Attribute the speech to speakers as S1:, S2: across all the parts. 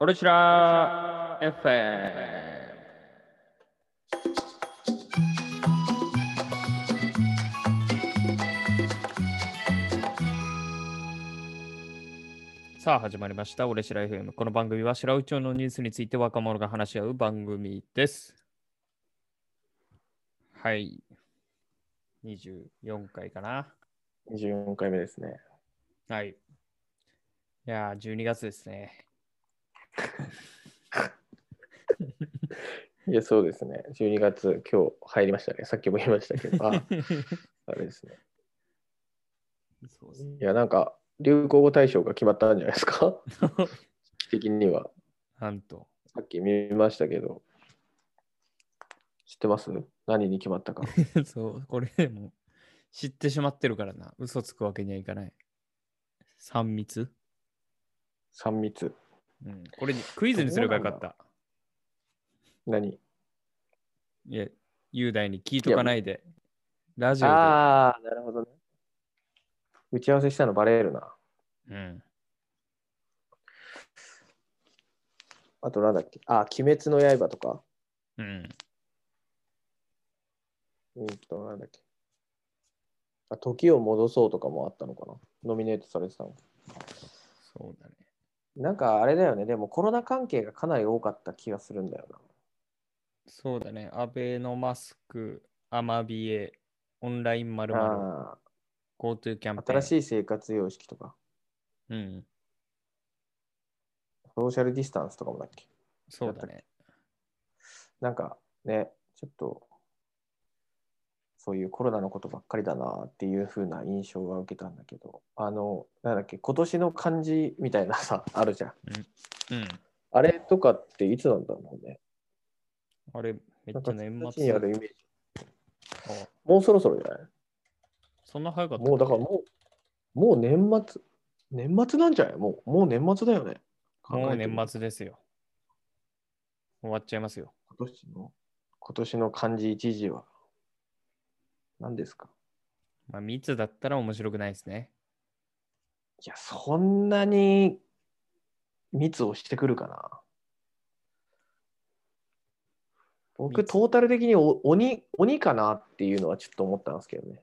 S1: オルチラ FM。さあ始まりました。オレシラ FM。この番組は白内町のニュースについて若者が話し合う番組です。はい。24回かな。
S2: 24回目ですね。
S1: はい。いやー、12月ですね。
S2: いや、そうですね。12月、今日入りましたね。さっきも言いましたけ ど。あ、あれですね。
S1: そうですね。
S2: いや、なんか、流行語大賞が決まったんじゃないです か的には。
S1: なんと。
S2: さっき見ましたけど。知ってます何に決まったか。
S1: そう、これでも知ってしまってるからな。嘘つくわけにはいかない。三密
S2: 3密。
S1: うん。これにクイズにすればよかった。
S2: 何
S1: いや、雄大に聞いとかないで。ラジオ
S2: ああ、なるほどね。打ち合わせしたのバレるな。
S1: で。うん。
S2: あと、なんだっけ。あ、鬼滅の刃とか。
S1: うん。
S2: うんと、なんだっけ。あ、時を戻そうとかもあったのかな。ノミネートされてたの。
S1: そうだね。
S2: なんかあれだよね、でもコロナ関係がかなり多かった気がするんだよな。
S1: そうだね。アベノマスク、アマビエ、オンラインまるまる、
S2: あ
S1: GoTo キャンペ
S2: ー
S1: ーン。
S2: 新しい生活様式とか、
S1: うん。
S2: ソーシャルディスタンスとかもだっけ
S1: そうだね。
S2: なんかね、ちょっと、そういうコロナのことばっかりだなっていう風な印象は受けたんだけど、あの、なんだっけ、今年の漢字みたいなさ、 あるじゃん。
S1: うん。
S2: あれとかっていつなんだろうね。
S1: あれ、め
S2: な
S1: っち
S2: んか
S1: ゃ年
S2: 1日
S1: 末
S2: にあ
S1: だ
S2: るイメージ。
S1: あ
S2: もうそろそろじゃない
S1: そんな早かった
S2: もうだからもう、もう年末、年末なんじゃないもう、もう年末だよね。
S1: もう
S2: 考えてみる
S1: 年末ですよ。終わっちゃいますよ。
S2: 今年の、今年の漢字一字は何ですか
S1: まあ、密だったら面白くないですね。
S2: いや、そんなに密をしてくるかな。僕、
S1: 密
S2: トータル的にお鬼鬼かなっていうのはちょっと思ったんですけどね。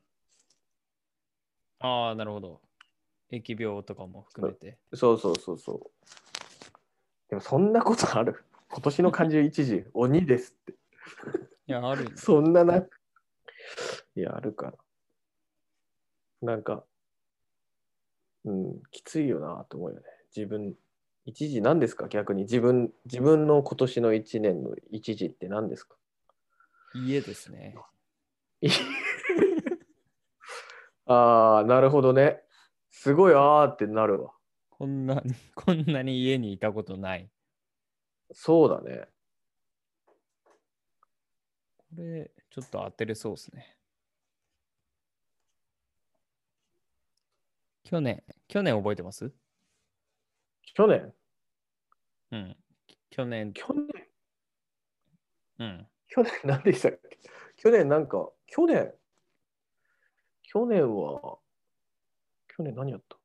S1: ああ、なるほど。疫病とかも含めて。
S2: そうそうそうそう。でも、そんなことある今年の漢字一字、鬼ですって。
S1: いや、ある。
S2: そんなな。いや、あるかな。なんか、うん、きついよなと思うよね。自分、一時何ですか逆に自分、自分の今年の一年の一時って何ですか
S1: 家ですね。
S2: ああ、なるほどね。すごい、あーってなるわ。
S1: こんな、 こんなに家にいたことない。
S2: そうだね。
S1: これ、ちょっと当てれそうですね。去年、去年覚えてます
S2: 去年
S1: うん。去年、
S2: 去年
S1: うん。
S2: 去年何でしたっけ去年なんか、去年、去年は、去年何やった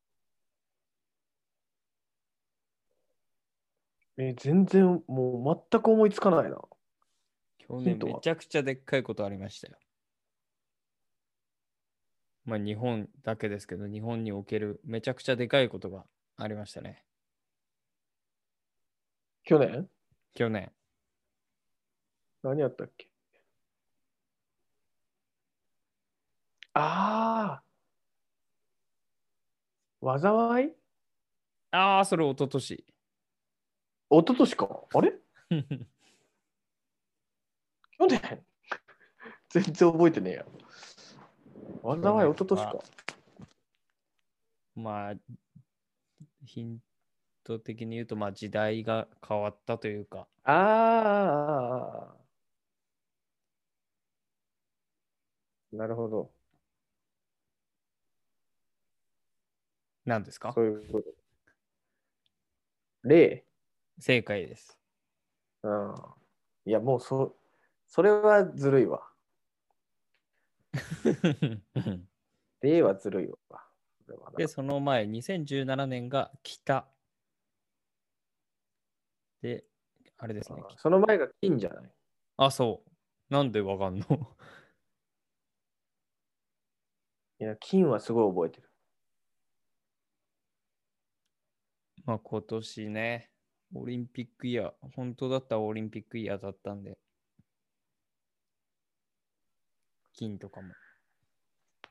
S2: え、全然もう全く思いつかないな。
S1: 去
S2: ヒ
S1: 年
S2: ント
S1: め
S2: は
S1: ちゃくちゃでっかいことありましたよ。まあ日本だけですけど、日本におけるめちゃくちゃでかいことがありましたね。
S2: 去年
S1: 去年。
S2: 何やったっけああ災い
S1: ああ、それ一昨年
S2: 一昨年か。あ れ去年全然覚えてねえや。災い一昨年か。
S1: まあ、ヒント的に言うと、まあ時代が変わったというか、
S2: ああ。なるほど。
S1: 何ですか
S2: そういうこと。例。
S1: 正解です。
S2: うん。いや、もうそ、それはずるいわ。例はずるいわ。それはな
S1: で、その前、2017年が北。で、あれですね。
S2: その前が金じゃない
S1: あ、そう。なんでわかんの
S2: いや、金はすごい覚えてる。
S1: まあ今年ね、オリンピックイヤー、本当だったらオリンピックイヤーだったんで、金とかも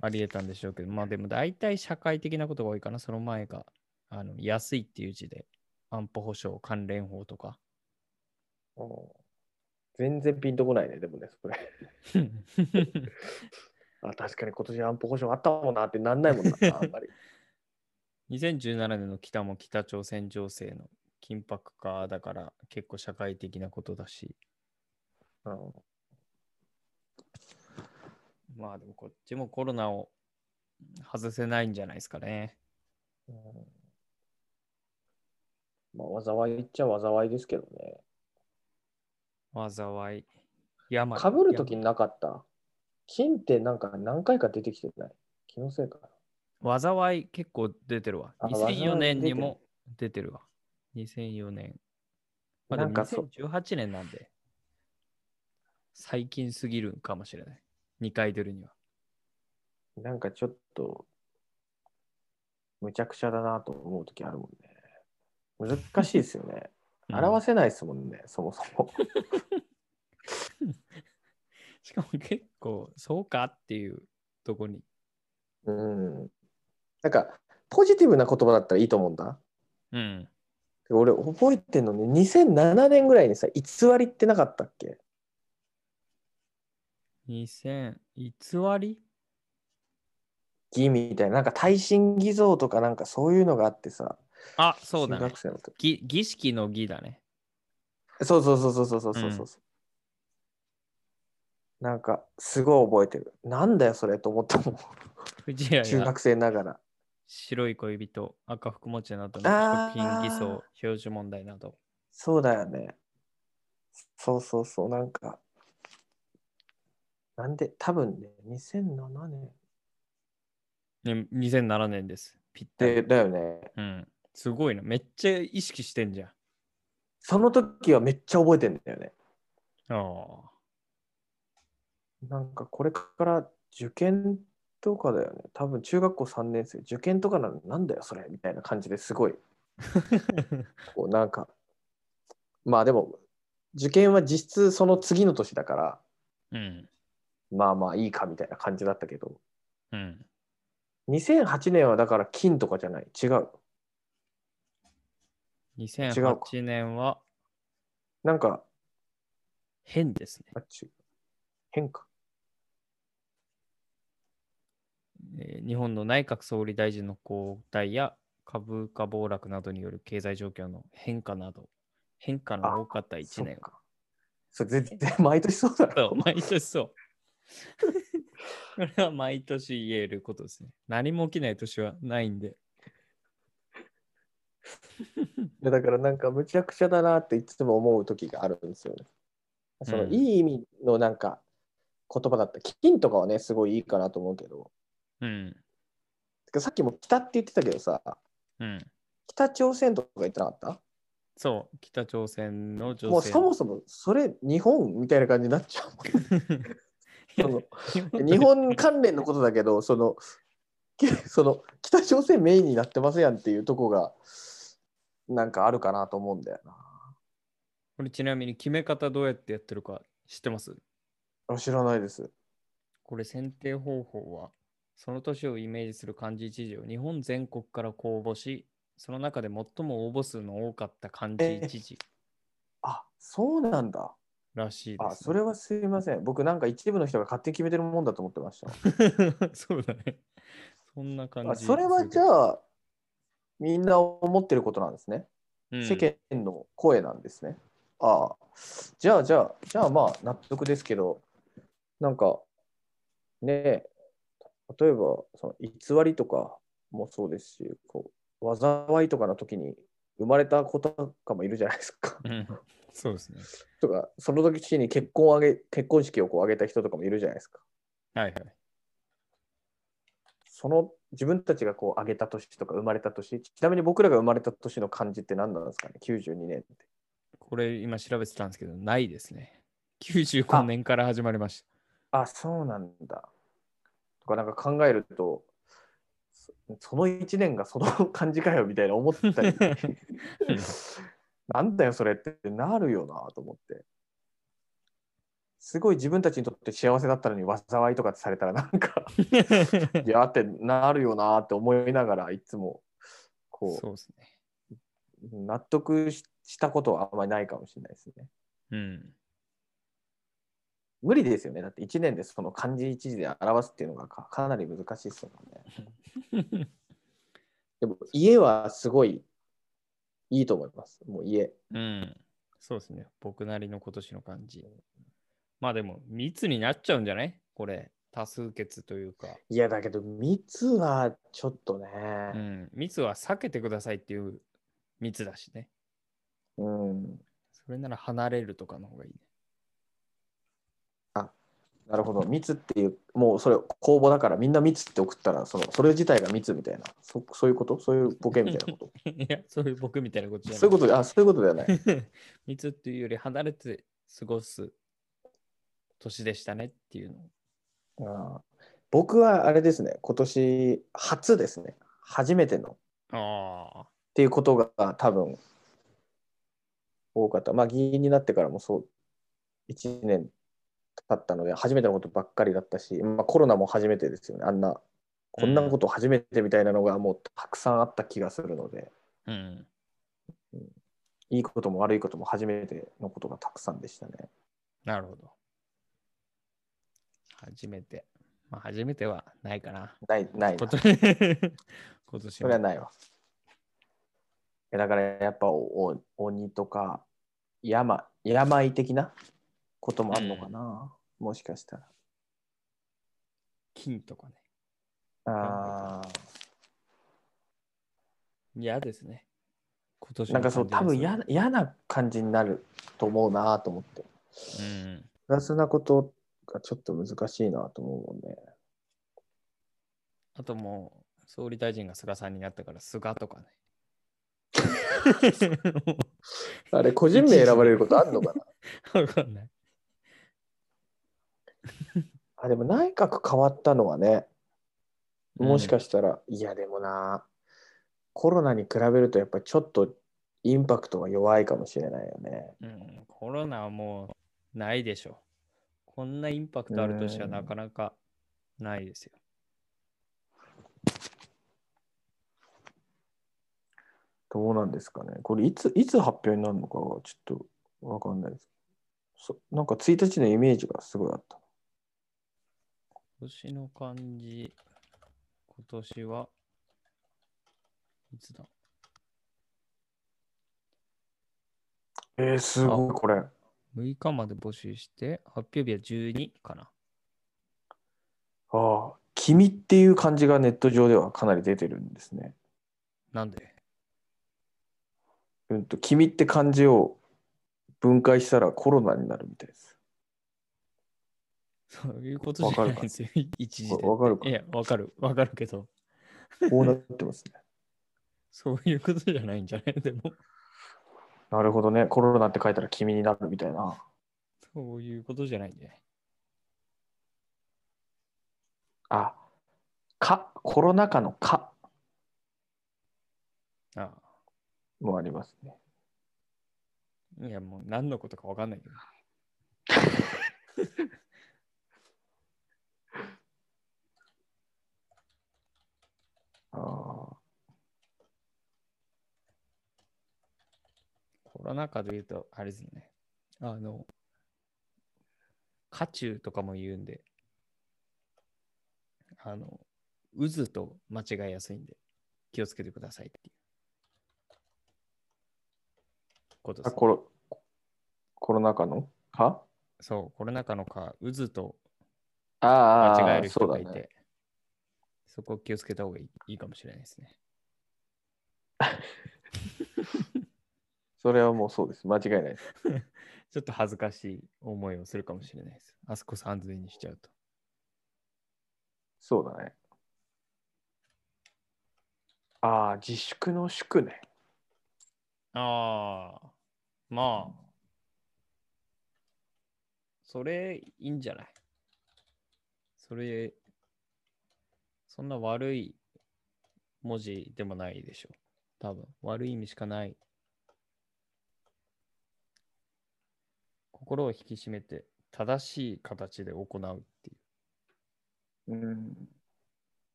S1: ありえたんでしょうけど、まあでも大体社会的なことが多いかな、その前が、あの安いっていう字で、安保保障関連法とか。
S2: うん全然ピンとこないね、でもね、それ。 あ、確かに今年安保保障あったもんなってなんないも んな、あんまり。
S1: 2017年の北も北朝鮮情勢の緊迫化だから結構社会的なことだし、
S2: うん
S1: まあでもこっちもコロナを外せないんじゃないですかね。
S2: うんまあ、災いっちゃ災いですけどね。
S1: 災い。病。
S2: かぶるときになかった。金ってなんか何回か出てきてない。気のせいかな。
S1: 病災い結構出てるわ。
S2: あ
S1: 2004年にも出てるわ。2004年。まあで
S2: なん
S1: も
S2: かそう
S1: 2018年なんで、最近すぎるかもしれない。2回出るには。
S2: なんかちょっと、むちゃくちゃだなと思うときあるもんね。難しいですよ ね。
S1: うん
S2: 表せないですもんね、そもそも。
S1: しかも結構、そうかっていうとこに。
S2: うん。なんか、ポジティブな言葉だったらいいと思うんだ。
S1: うん。
S2: 俺、覚えてんのね、2007年ぐらいにさ、偽りってなかったっけ
S1: 2000、偽り
S2: 義みたいな、なんか耐震偽造とかなんかそういうのがあってさ、
S1: あ、そうだ
S2: 中
S1: ね
S2: 学。生の時。
S1: 儀儀式の儀だね。
S2: そうそうそうそうそうそうそうそう。なんか、すごい覚えてる。なんだよ、それと思ったもん。
S1: 藤谷
S2: 中
S1: が
S2: 学生ながら。
S1: 白い恋人、赤福持ちなどの
S2: あー
S1: 食品偽装、表示問題など。
S2: そうだよね。そうそうそう、なんか。なんで、多分ね、2007年。
S1: ね、2007年です。ぴった
S2: で、
S1: り。
S2: だよね。
S1: うん。すごいな。めっちゃ意識してんじゃん。
S2: その時はめっちゃ覚えてんだよね。
S1: ああ。
S2: なんか、これから受験とかだよね。多分、中学校3年生、受験とかなのになんだよ、それ、みたいな感じで すごい。こうなんかまあでも受験は実質その次の年だから
S1: うん。
S2: まあまあいいかみたいな感じだったけど
S1: うん。
S2: 2008年はだから金とかじゃない違ううか
S1: 2008年は
S2: なんか
S1: 変ですね。
S2: あ違う変か
S1: えー日本の内閣総理大臣の交代や株価暴落などによる経済状況の変化など、変化の多かった1
S2: そっ
S1: 年。
S2: かそれ全然毎年そうだ
S1: そ
S2: ろ
S1: う、毎年そう。これは毎年言えることですね。何も起きない年はないんで。
S2: いやだからなんかむちゃくちゃだなっていつも思う時があるんですよねその
S1: うん
S2: いい意味のなんか言葉だった金とかはねすごいいいかなと思うけど
S1: うん。
S2: てかさっきも北って言ってたけどさ
S1: うん。
S2: 北朝鮮とか言ってなかった
S1: そう、北朝鮮の
S2: も
S1: 女
S2: う
S1: 性。
S2: そもそもそれ日本みたいな感じになっちゃう そも 日本関連のことだけどそのけ その北朝鮮メインになってますやんっていうとこがなんかあるかなと思うんだよ
S1: これちなみに決め方どうやってやってるか知ってます
S2: な知らないです
S1: これ選定方法は、その年をイメージする漢字一字を日本全国から公募し、その中で最も応募数の多かった漢字一字
S2: あそうなんだ
S1: らしいです、
S2: あそれはすいません僕なんか一部の人が勝手に決めてるもんだと思ってまし た
S1: そうだね。そんな感
S2: あ
S1: じ。
S2: それはじゃあみんな思ってることなんですね
S1: うん、
S2: 世間の声なんですね。ああ、じゃあじゃあ、じゃあまあ納得ですけど、なんか、ねえ、例えばその偽りとかもそうですし、こう、災いとかの時に生まれた子とかもいるじゃないですか。
S1: うんそうですね。
S2: とか、その時に結婚をあげ結婚式をこう挙げた人とかもいるじゃないですか。
S1: はいはい。
S2: その自分たちがこう挙げた年とか生まれた年、ちなみに僕らが生まれた年の漢字って何なんですかね、92年って。
S1: これ今調べてたんですけど、ないですね。95年から始まりました。
S2: あ、そうなんだ。とか、なんか考えると、そその1年がその感じかよみたいな思った りなんだよそれってなるよなと思って。すごい自分たちにとって幸せだったのに災いとかされたらなん かいやってなるよなって思いながらいつもこ
S1: そうですね。
S2: う納得ししたことはあんまりないかもしれないですね。
S1: うん。
S2: 無理ですよね。だって1年でその漢字一字で表すっていうのがかかなり難しいですもんね。 でも家はすごいいいと思います。もう家。
S1: うん。そうですね。僕なりの今年の感じ。まあでも、密になっちゃうんじゃないこれ、多数決というか。
S2: いやだけど密はちょっとね。
S1: うん。密は避けてくださいっていう密だしね。
S2: うん。
S1: それなら離れるとかの方がいいね。
S2: なるほど。密っていう、もうそれ公募だからみんな密って送ったら、そのそれ自体が密みたいな。そそういうことそういうボケみ たいなこ
S1: いや、そういう僕みたいなことじ
S2: と
S1: ゃない。
S2: そういうことで、あ、そういうことではない。
S1: 密っていうより離れて過ごす年でしたねっていうの。
S2: あー僕はあれですね、今年初ですね。初めての。っ
S1: ああ。
S2: ていうことが多分多かった。まあ議員になってからもそう、1年経ったので、初めてのことばっかりだったし、まあコロナも初めてですよね。あんな、こんなこと初めてみたいなのがもうたくさんあった気がするので。
S1: うん。
S2: いいことも悪いことも初めてのことがたくさんでしたね。
S1: なるほど。初めて。まあ、初めてはないかな。
S2: ない、ない
S1: こ
S2: な。
S1: と 今年
S2: それは
S1: も。
S2: ないわ。えだからやっぱおお鬼とか病、病的なこともあるのかな。もしかしたら。
S1: 金とかね。
S2: あ
S1: 嫌ですね。今
S2: ー
S1: 年
S2: なんかそう、多分嫌な嫌な感じになると思うなと思って。
S1: うん。
S2: プラスなことがちょっと難しいなと思うもんね。
S1: あともう、総理大臣が菅さんになったから、菅と かね。
S2: あれ、個人名選ばれることあるのかな
S1: わかんない。
S2: あ、でも内閣変わったのはね、もしか
S1: し
S2: したら、いやでもな、コロナに比べるとやっぱりちょっとインパクトが弱いかもしれないよね。
S1: て、うん、コロナはもうないでしょ。こんなインパクトある年はなかなかないですよ。
S2: どうなんですかね。これいつ、いつ発表になるのかはちょっとわかんないですそ。なんか1日のイメージがすごいあった。
S1: 今年の漢字、今年はいつだ
S2: えー、す
S1: ご
S2: ごいこれ。
S1: ?6 日まで募集して、発表日は12かな。
S2: ああ、君っていう漢字がネット上ではかなり出てるんですね。
S1: なんで
S2: うんと、君って漢字を分解したらコロナになるみたいです。
S1: そういうことじゃないんですよ。一時で。
S2: わかるか
S1: いや、わかる。わかるけど、
S2: こうなってますね。
S1: そういうことじゃないんじゃないで も、
S2: なるほどね。コロナって書いたら君になるみたいな。
S1: そういうことじゃないんじゃない
S2: あ、か、コロナ禍のか
S1: あ
S2: もありますね。
S1: あ。いや、もう何のことかわかんないけど。
S2: あー
S1: コロナ禍で言うと、あれですね。あの、渦中とかも言うんで、あの、渦と間違いやすいんで、気をつけてくださいっていう。ことで
S2: あ
S1: す、ね。
S2: コロ、コロナ禍のか
S1: そう、コロナ禍のか、渦と
S2: あーあー、
S1: 間違える人
S2: そう
S1: が
S2: だ
S1: いて、そ,、
S2: ね。
S1: こを気をつけた方がいいいいかもしれないですね。
S2: それはもうそうです。間違いないです。
S1: ちょっと恥ずかしい思いをするかもしれないです。あそこさんずいにしちゃうと。
S2: そうだね。ああ、自粛の粛ね。
S1: ああ、まあ、それいいんじゃないそれ、そんな悪い文字でもないでしょ。多分、悪い意味しかない。心を引き締めて、正しい形で行うっていう。
S3: うん。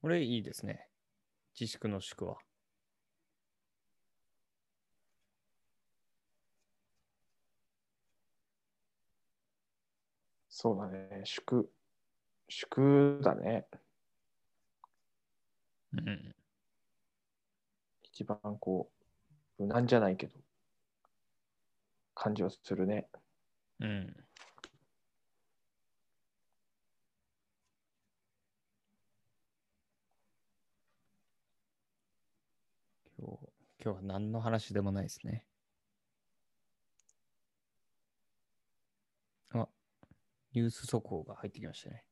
S1: これいいですね。自粛の宿は。
S2: そうだね。祝、祝だね。
S1: うん。
S2: 一番こう、無難じゃないけど、感じはするね。
S1: うん。今日、今日は何の話でもないですね。あ、ニュース速報が入ってきましたね。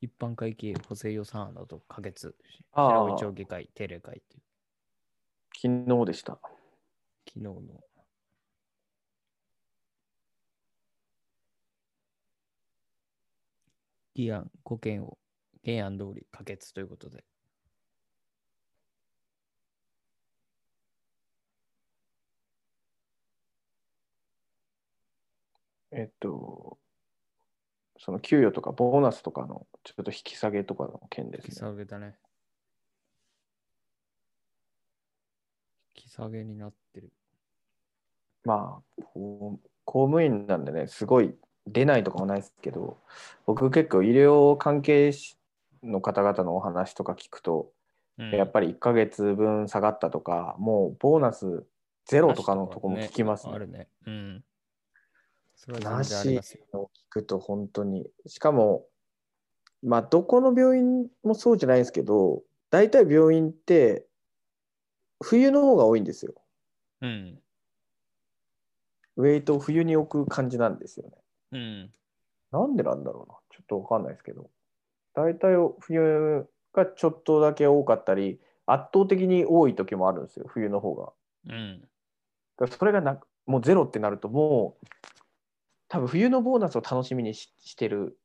S1: 一般会計補正予算案など可決。
S2: あー
S1: 白尾町議会定例会という。
S2: 昨日でした。
S1: 昨日の。議案5件を原案通り可決ということで。
S2: えっと、その給与とかボーナスとかのちょっと引き下げとかの件で
S1: 引き
S2: すね。
S1: 下げだね。引き下げになってる。
S2: まあ、こう公務員なんでね、すごい出ないとかもないですけど、僕結構医療関係しの方々のお話とか聞くと、
S1: うん
S2: やっぱり1ヶ月分下がったとか、もうボーナスゼロとかのとこも聞きますね
S1: あるね。うん。それは全
S2: な
S1: 然あり
S2: し
S1: ますよ。
S2: を聞くと本当に。しかも、まあ、どこの病院もそうじゃないですけど、大体病院って冬の方が多いんですよ。
S1: うん。
S2: ウェイトを冬に置く感じなんですよね。
S1: うん。
S2: なんでなんだろうな。ちょっとわかんないですけど。大体冬がちょっとだけ多かったり、圧倒的に多い時もあるんですよ、冬の方が。
S1: うん。
S2: だからそれがなくもうゼロってなるともう多分冬のボーナスを楽しみにししてる、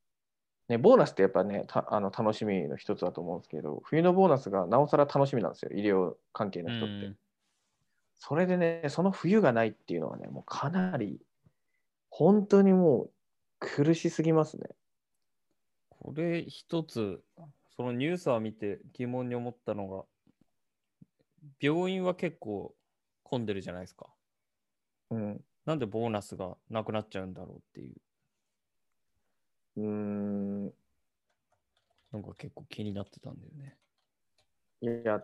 S2: ね、ボーナスってやっぱねたあの楽しみの一つだと思うんですけど冬のボーナスがなおさら楽しみなんですよ医療関係の人って、それでねその冬がないっていうのはねもうかなり本当にもう苦しすぎますね
S1: これ一つ、そのニュースを見て疑問に思ったのが、病院は結構混んでるじゃないですか。
S2: うん
S1: なんでボーナスがなくなっちゃうんだろうっていう、
S2: うーん
S1: なんか結構気になってたんだよね。
S2: いや、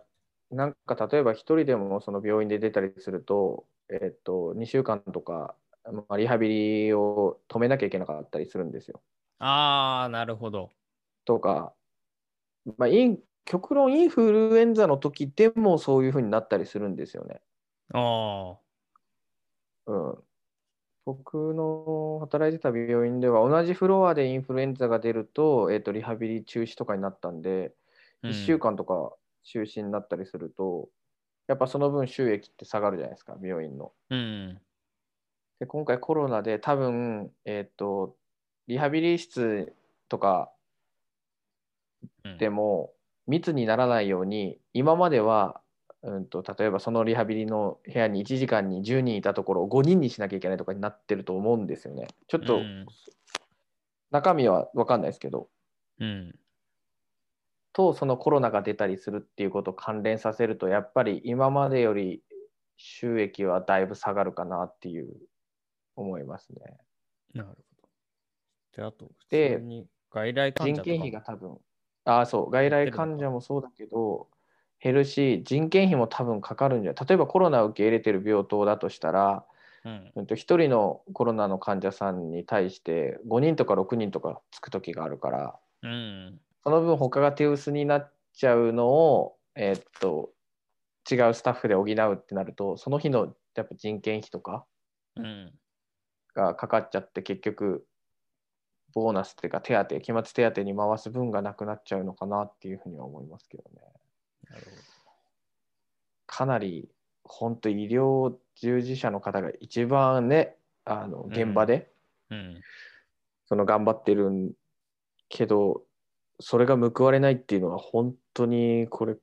S2: なんか例えば一人でもその病院で出たりすると、えっと、2週間とか、まあ、リハビリを止めなきゃいけなかったりするんですよ。
S1: あー、なるほど。
S2: とか、まあ、イン極論インフルエンザの時でもそういう風になったりするんですよね。
S1: あ
S2: うん。僕の働いてた病院では同じフロアでインフルエンザが出ると、えっと、リハビリ中止とかになったんで、
S1: ー。
S2: 1週間とか中止になったりすると、やっぱその分収益って下がるじゃないですか、病院の。
S1: うん。うん。
S2: で今回コロナで多分、えっとリハビリ室とか
S1: うん
S2: でも密にならないように今までは、うん、と例えばそのリハビリの部屋に1時間に10人いたところを5人にしなきゃいけないとかになってると思うんですよね。ちょっ
S1: う
S2: と
S1: ん
S2: 中身は分かんないですけど。
S1: うん。
S2: とそのコロナが出たりするっていうことを関連させるとやっぱり今までより収益はだいぶ下がるかなっていう思いますね。
S1: なるほど。で、あと、
S2: で
S1: 普通に外来患者
S2: 人
S1: とか
S2: 件費が多分、ああ、そう、外来患者もそうだけど、減るし、人件費も多分かかるんじゃない例えばコロナを受け入れてる病棟だとしたら、
S1: うん。
S2: うんと、1人のコロナの患者さんに対して5人とか6人とかつく時があるから、
S1: うん。
S2: その分他が手薄になっちゃうのを、えーっと、違うスタッフで補うってなると、その日のやっぱ人件費とか
S1: うん。
S2: がかかっちゃって、結局、ボーナスっていうか手当、期末手当に回す分がなくなっちゃうのかなっていうふうには思いますけどね。
S1: なるほど。
S2: かなり本当医療従事者の方が一番ね、あの
S1: ん
S2: 現場で、
S1: うん。
S2: その頑張ってるんけど、それが報われないっていうのは本当にこれ、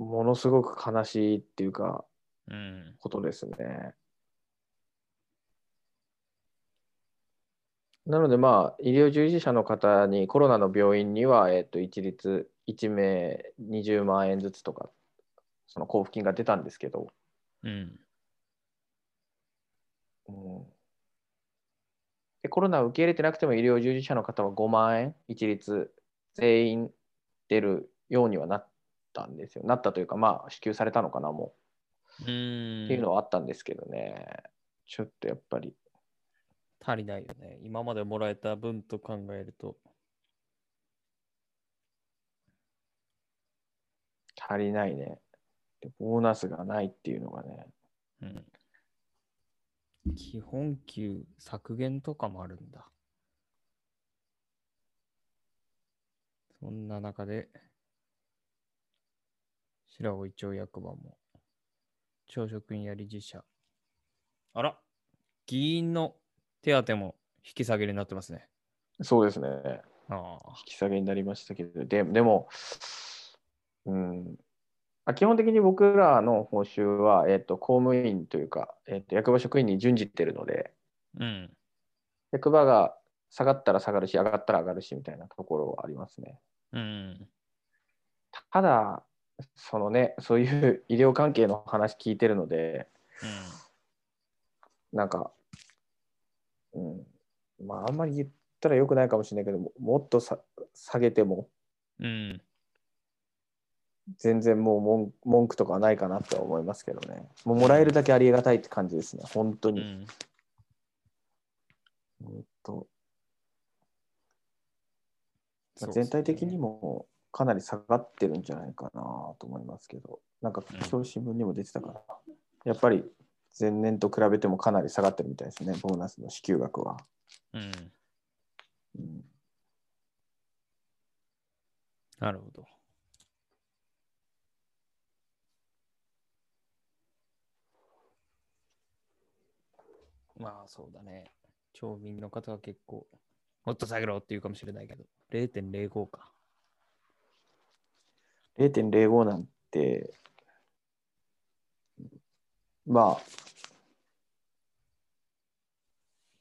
S2: ものすごく悲しいっていうか、
S1: うん。
S2: ことですね。なので、まあ、医療従事者の方にコロナの病院には、えっと一律1名20万円ずつとか、その交付金が出たんですけど、
S1: うん。
S2: うんでコロナを受け入れてなくても医療従事者の方は5万円一律全員出るようにはなったんですよ。なったというか、まあ、支給されたのかな、も
S1: うん。
S2: う。っていうのはあったんですけどね、ちょっとやっぱり、
S1: 足りないよね。今までもらえた分と考えると。
S2: 足りないね。でボーナスがないっていうのがね。
S1: うん。基本給削減とかもあるんだ。そんな中で、白尾一丁役場も、朝食員や理事社。あら、議員の手当も引き下げになってますね。
S2: そうですね。
S1: ああ。
S2: 引き下げになりましたけど、ででも、うん、あ基本的に僕らの報酬は、えっと公務員というか、えっと役場職員に準じてるので、
S1: うん。
S2: 役場が下がったら下がるし、上がったら上がるしみたいなところはありますね。
S1: うん。
S2: ただ、そのね、そういう医療関係の話聞いてるので、なんか、うん、まあ、あんまり言ったらよくないかもしれないけども、もっとさ下げても、
S1: うん。うん。
S2: 全然もう文文句とかはないかなとは思いますけどね。もうもらえるだけありがたいって感じですね、本当
S1: う
S2: に。
S1: ん。
S2: うんとま
S1: そうっ
S2: あ
S1: すね
S2: 全体的にもかなり下がってるんじゃないかなと思いますけど、なんか今日新聞にも出てたから、やっぱり前年と比べてもかなり下がってるみたいですね、ボーナスの支給額は。
S1: うん。
S2: うん
S1: なるほど。まあそうだね。町民の方は結構、もっと下げろって言うかもしれないけど、0.05か。
S2: 0.05なんて、まあ、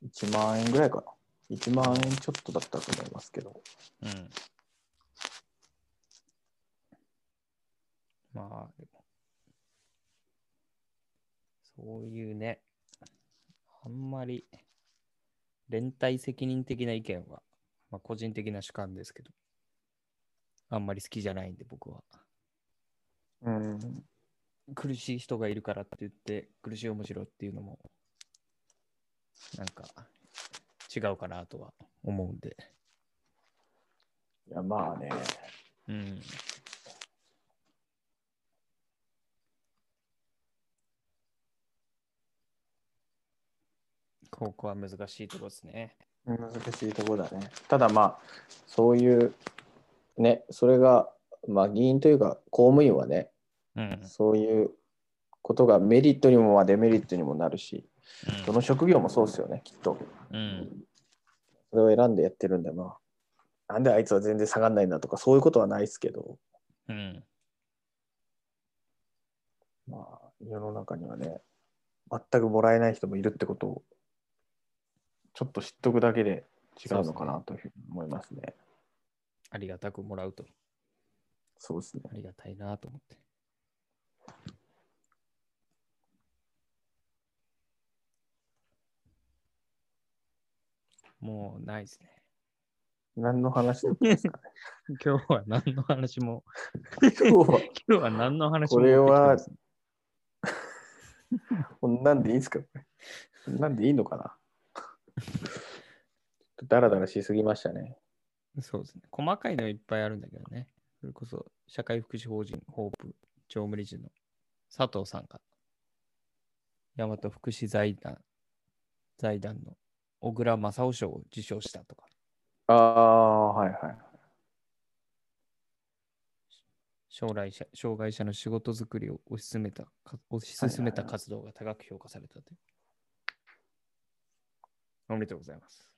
S2: 1万円ぐらいかな。1万円ちょっとだったと思いますけど。
S1: うん。まあ、でも、そういうね、あんまり連帯責任的な意見は、まあ、個人的な主観ですけど、あんまり好きじゃないんで、僕は。
S2: うん。
S1: 苦しい人がいるからって言って、苦しい面白いっていうのも、なんか、違うかなとは思うんで。
S2: いや、まあね。
S1: うん。ここは難しいとこですね。
S2: 難しいところだね。ただまあ、そういう、ね、それが、まあ議員というか公務員はね、
S1: うん。
S2: そういうことがメリットにもまあデメリットにもなるし、どの職業もそうですよね、きっと。
S1: うん。
S2: それを選んでやってるんで、まあ、なんであいつは全然下がんないんだとか、そういうことはないですけど、
S1: うん。
S2: まあ、世の中にはね、全くもらえない人もいるってことを、ちょっと知っとくだけで違うのかなというふうに思いますね。
S1: ありがたくもらうと。
S2: そうですね。
S1: ありがたいなと思って。もうないですね。
S2: 何の話だった
S1: 今日は何の話も、
S2: 今日は
S1: 今日は何の話も。
S2: これは、こんなんでいいんですかこれこんなんでいいのかな だらだらしすぎましたね。
S1: そうですね。細かいのはいっぱいあるんだけどね。それこそ、社会福祉法人ホープ常務理事の佐藤さんが、大和福祉財団、財団の小倉正夫賞を受賞したとか、
S2: ああ、はいはい。
S1: 将来者障害者の仕事づくりを推し進めたか推し進めた活動が高く評価されたという。おめでとうございます。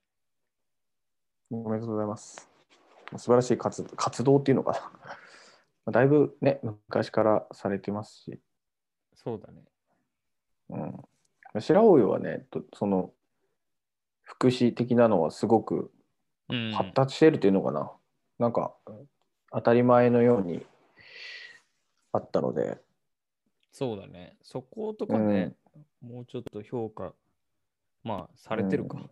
S2: おめでとうございます。素晴らしい活活動っていうのかな。まあだいぶね、昔からされてますし、
S1: そうだね。
S2: うん、白老はね、とその福祉的なのはすごく
S1: うん
S2: 発達してるっていうのかな、なんか当たり前のようにあったので、
S1: そうだね。そことかね、もうちょっと評価、まあ、されてるか。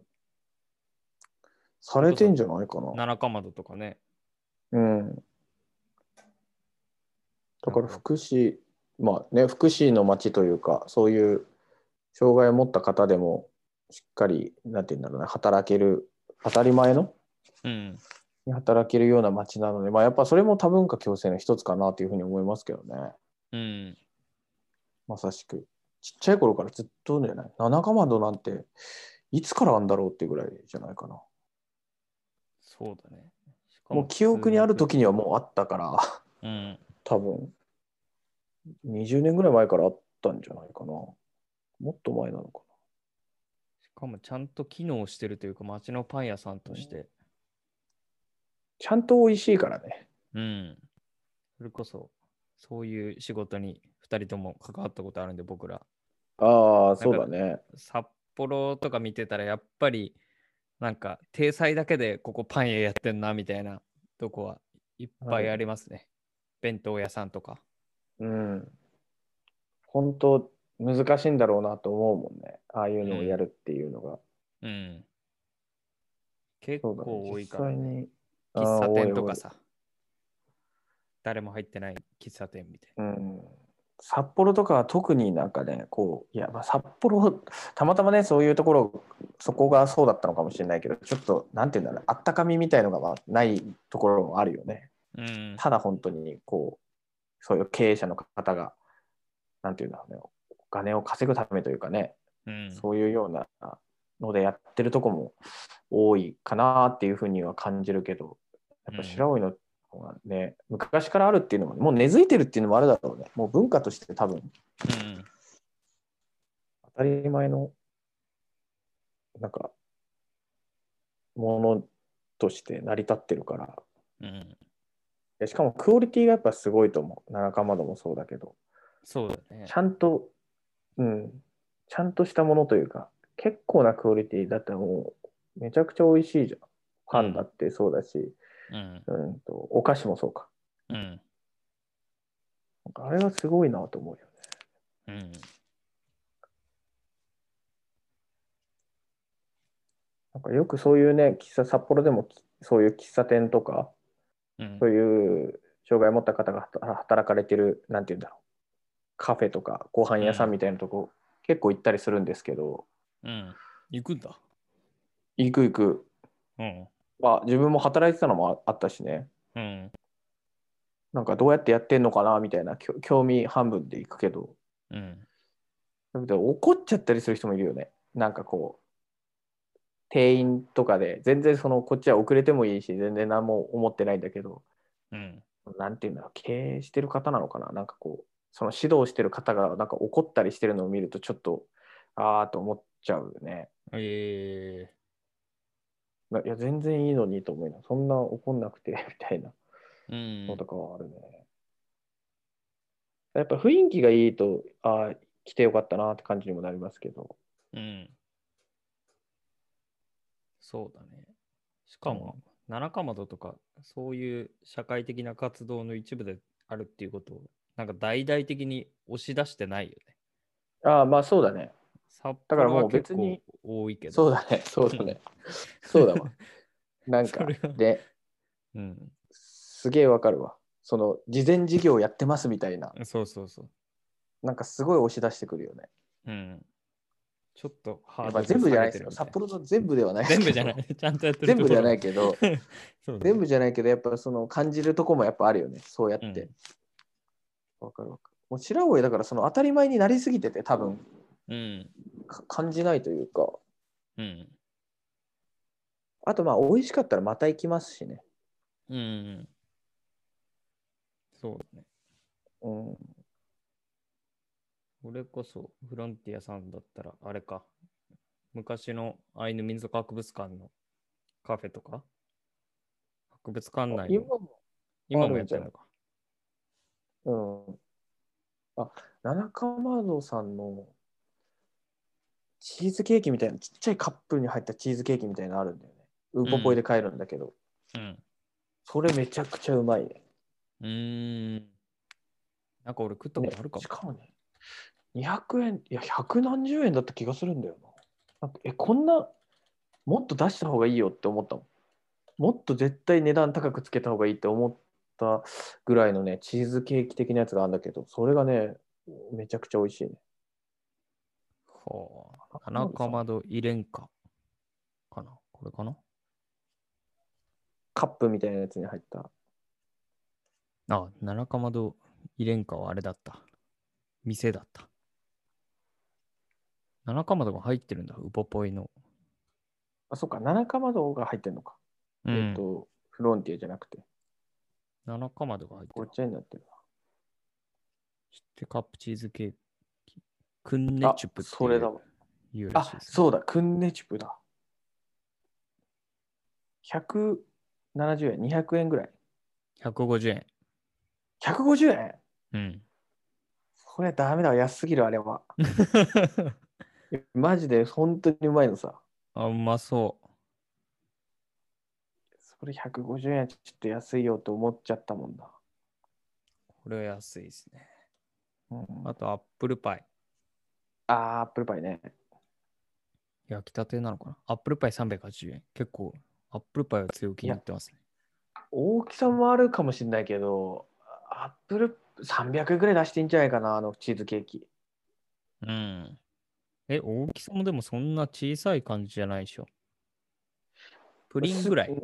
S2: されてんじゃないかな。
S1: 七かまどとかね。
S2: うん、だから福祉、まあね、福祉の街というか、そういう障害を持った方でも、しっかり、なんて言うんだろうな、働ける、当たり前の
S1: うん。
S2: 働けるような街なので、まあ、やっぱそれも多文化共生の一つかなというふうに思いますけどね、
S1: うん。
S2: まさしく。ちっちゃい頃からずっとね、七かまどなんて、いつからあんだろうっていうぐらいじゃないかな。
S1: そうだね。しか
S2: もう記憶にある時にはもうあったから。
S1: うん。
S2: 多分20年ぐらい前からあったんじゃないかな。もっと前なのか
S1: しかもちゃんと機能してるというか、町のパン屋さんとして。
S2: な。ちゃんと美味しいからね。
S1: うん。それこそ、そういう仕事に2人とも関わったことあるんで、僕ら。
S2: ああ、
S1: そ
S2: そうう
S1: だ
S2: だね。
S1: 札幌とか見てたら、やっぱり、なんか、体裁だけでここパン屋やってんな、みたいなとこはいっぱいありますね。弁当屋さんとか。
S2: うん。本当難しいんだろうなと思うもんね。ああいうのをやるっていうのが。
S1: うん。結
S2: そうだ
S1: 構多い
S2: ね。実
S1: から
S2: 際
S1: ね。
S2: に。あ
S1: 喫
S2: ー
S1: 茶店とか。
S2: 多い多い
S1: さ。誰も入ってない喫茶店みたい
S2: うん札幌とかは特になんかね、こう、いや、まあ、札幌、たまたまね、そういうところ、そこがそうだったのかもしれないけど、ちょっと、なんていうんだろう、あったかみみたいのがまあないところもあるよね。
S1: な。うん。
S2: ただ本当に、こう、そういう経営者の方が、なんていうんだろうね、お金を稼ぐためというかね、
S1: うん、
S2: そういうようなのでやってるとこも多いかなっていうふうには感じるけど、やっぱ白老の方がね、昔からあるっていうのも、もう根付いてるっていうのもあるだろうね。もう文化として多分、
S1: うん
S2: 当たり前の、なんか、ものとして成り立ってるから。
S1: うん。
S2: でしかもクオリティがやっぱすごいと思う。七かまどもそうだけど、
S1: そうだね
S2: ち。ゃんと、うん、ちゃんとしたものというか、結構なクオリティだったらもう、めちゃくちゃ美味しいじゃん。パンだってそうだし、
S1: うん。
S2: うんと、お菓子もそうか。
S1: うん。
S2: なんかあれはすごいなと思うよね。
S1: うん。
S2: なんかよくそういうね、喫茶、札幌でもきそういう喫茶店とか、
S1: うん
S2: そういう障害を持った方がはた働かれてる、なんて言うんだろう、カフェとかご飯屋さんみたいなとこ、結構行ったりするんですけど、
S1: うん。行くんだ。
S2: 行く行く、
S1: うん。
S2: まあ、自分も働いてたのもああったしね、
S1: うん。
S2: なんかどうやってやってんのかなみたいなきょ興味半分で行くけど、
S1: うん。
S2: だけど怒っちゃったりする人もいるよね。なんかこう、店員とかで、全然そのこっちは遅れてもいいし、全然何も思ってないんだけど、
S1: うん。
S2: なんていうんだろう、経営してる方なのかな、なんかこう、その指導してる方がなんか怒ったりしてるのを見ると、ちょっと、あーと思っちゃうよね。
S1: え
S2: ないや、全然いいのにと思いながら、そんな怒んなくてみたいな
S1: ー。うん
S2: のと。かはあるね。やっぱ雰囲気がいいと、あー来てよかったなって感じにもなりますけど。
S1: うん。そうだね。しかも、七かまどとか、そういう社会的な活動の一部であるっていうことを、なんか大々的に押し出してないよね。
S2: ああ、まあそうだね。
S1: 札
S2: だか
S1: 幌
S2: らも
S1: は
S2: う別
S1: 結
S2: に
S1: 構多いけど。
S2: そうだ ね、そうだね。そうだわ。なん
S1: そ
S2: か
S1: れは、
S2: で、
S1: うん。
S2: すげえわかるわ。その、事前事業やってますみたいな、
S1: そうそうそう。
S2: なんかすごい押し出してくるよね。
S1: うん。ちょっとハ
S2: や
S1: ード
S2: っぱ
S1: ル
S2: 全部じゃないですよ。
S1: 下げ
S2: 札
S1: てる
S2: 幌の全部ではない
S1: みたい
S2: ですけ
S1: 全部じゃ
S2: ど
S1: ない。 。ちゃんとやってる。
S2: 全部じゃないいけど、
S1: そうだね
S2: 全部じゃないけど、やっぱその感じるとこもやっぱあるよね。そうやって。
S1: うん
S2: わ、かるわかる。もう白老だからその当たり前になりすぎてて、多分
S1: うん。
S2: か感じないというか。
S1: うん。
S2: あとまあ、美味しかったらまた行きますしね。
S1: うん。そうだね。
S3: うん。
S1: 俺こそ、フロンティアさんだったら、あれか。昔のアイヌ民族博物館のカフェとか博物館内
S2: 今
S1: の
S2: も、
S1: 今もやってるのか。
S2: うん。あ、七かまどさんのチーズケーキみたいな、ちっちゃいカップに入ったチーズケーキみたいなのあるんだよね。ウポポイで買えるんだけど、
S1: うん。
S2: それめちゃくちゃうまいね。
S1: うーん。なんか俺食ったことあるか
S2: ねしかもね、200円、いや、百何十円だった気がするんだよな。なんかえ、こんな、もっと出した方がいいよって思ったもん。もっと絶対値段高くつけた方がいいって思ったぐらいのね、チーズケーキ的なやつがあるんだけど、それがね、めちゃくちゃ美味しいね。
S1: も。はあ。花かまど入れんか。かな。これかな
S2: カップみたいなやつに入った。
S1: あ、七かまど入れんかはあれだった。店だった。七かまどが入ってるんだ、ウポポイの。
S2: あ、そっか、七かまどが入ってるのか。
S1: う
S2: えっ
S1: ん。
S2: と、フロンティアじゃなくて、
S1: 七かまどが入って
S2: ご
S1: る
S2: っ。ちゃになってる
S1: 知ってカップチーズケーキ。クンネ
S2: な。あ
S1: チュプ、っていう
S2: それだわ。
S1: 言うらし
S2: あ
S1: いで、すね
S2: そうだ、クンネチュプだ。170円、200円ぐらい。
S1: 150円。
S2: 150円
S1: うん。
S2: これはダメだわ、安すぎる、あれは。マジで、本当にうまいのさ。
S1: あ、うまそう。
S2: それ150円はちょっと安いよと思っちゃったもんな。
S1: これは安いですね。
S2: うん、
S1: あと、アップルパイ。
S2: あー、アップルパイね。
S1: 焼きたてなのかなアップルパイ380円。結構、アップルパイは強気になってますね。
S2: 大きさもあるかもしれないけど、アップル300ぐらい出していいんじゃないかな、あのチーズケーキ。
S1: うん。え、大きさもでもそんな小さい感じじゃないでしょ。プ
S2: プ
S1: リンぐらい。。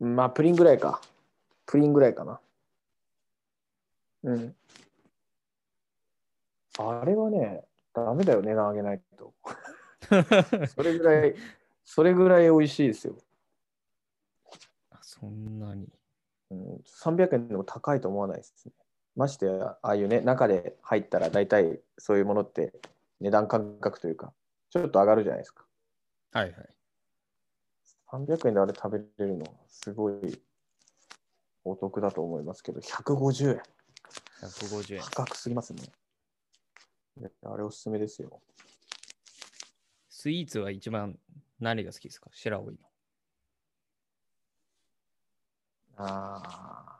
S2: まあ、プリンぐらいか。プリンぐらいかな。うん。あれはね、ダメだよ、値段上げない と。それぐらい、それぐらい美味しいですよ。
S1: そんなに。
S2: うん、300円でも高いと思わないですね。ましてや、ああいうね、中で入ったら大体そういうものって値段感覚というか、ちょっと上がるじゃないですか。
S1: はいはい。
S2: 300円であれ食べれるのはすごいお得だと思いますけど、150円。
S1: 150円。
S2: 高くすぎますね。いやあれおすすめですよ。
S1: スイーツは一番何が好きですか白老の。
S2: ああ。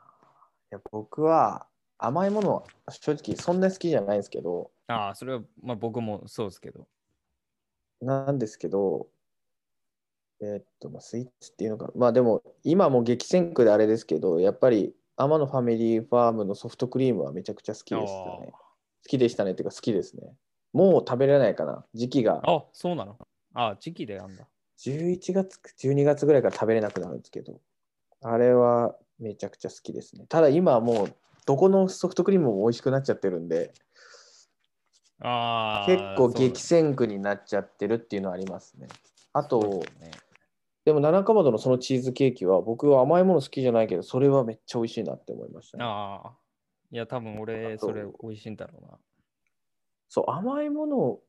S2: いや僕は甘いものは正直そんな好きじゃないんですけど、
S1: ああ、それは、まあ僕もそうですけど。
S2: なんですけど、えーっと、まあ、スイーツっていうのか、まあでも今も激戦区であれですけど、やっぱり天野ファミリーファームのソフトクリームはめちゃくちゃ好きでしたね。好きでしたねっていうか好きですね。もう食べれないかな。時期が
S1: ああ、そうなのああ、時期であんだ。
S2: 11月、12月ぐらいから食べれなくなるんですけど、あれはめちゃくちゃ好きですね。ただ今はもう、どこのソフトクリームも美味しくなっちゃってるんで、
S1: ああ。
S2: 結構
S1: そうだ
S2: 激戦区になっちゃってるっていうのはありますね。あ
S1: そう
S2: と
S1: で、すね
S2: でも七かまどのそのチーズケーキは、僕は甘いもの好きじゃないけど、それはめっちゃ美味しいなって思いました、ね。
S1: ああ。いや、多分俺、
S2: あと
S1: それ美味しいんだろうな。
S2: そう、甘いもの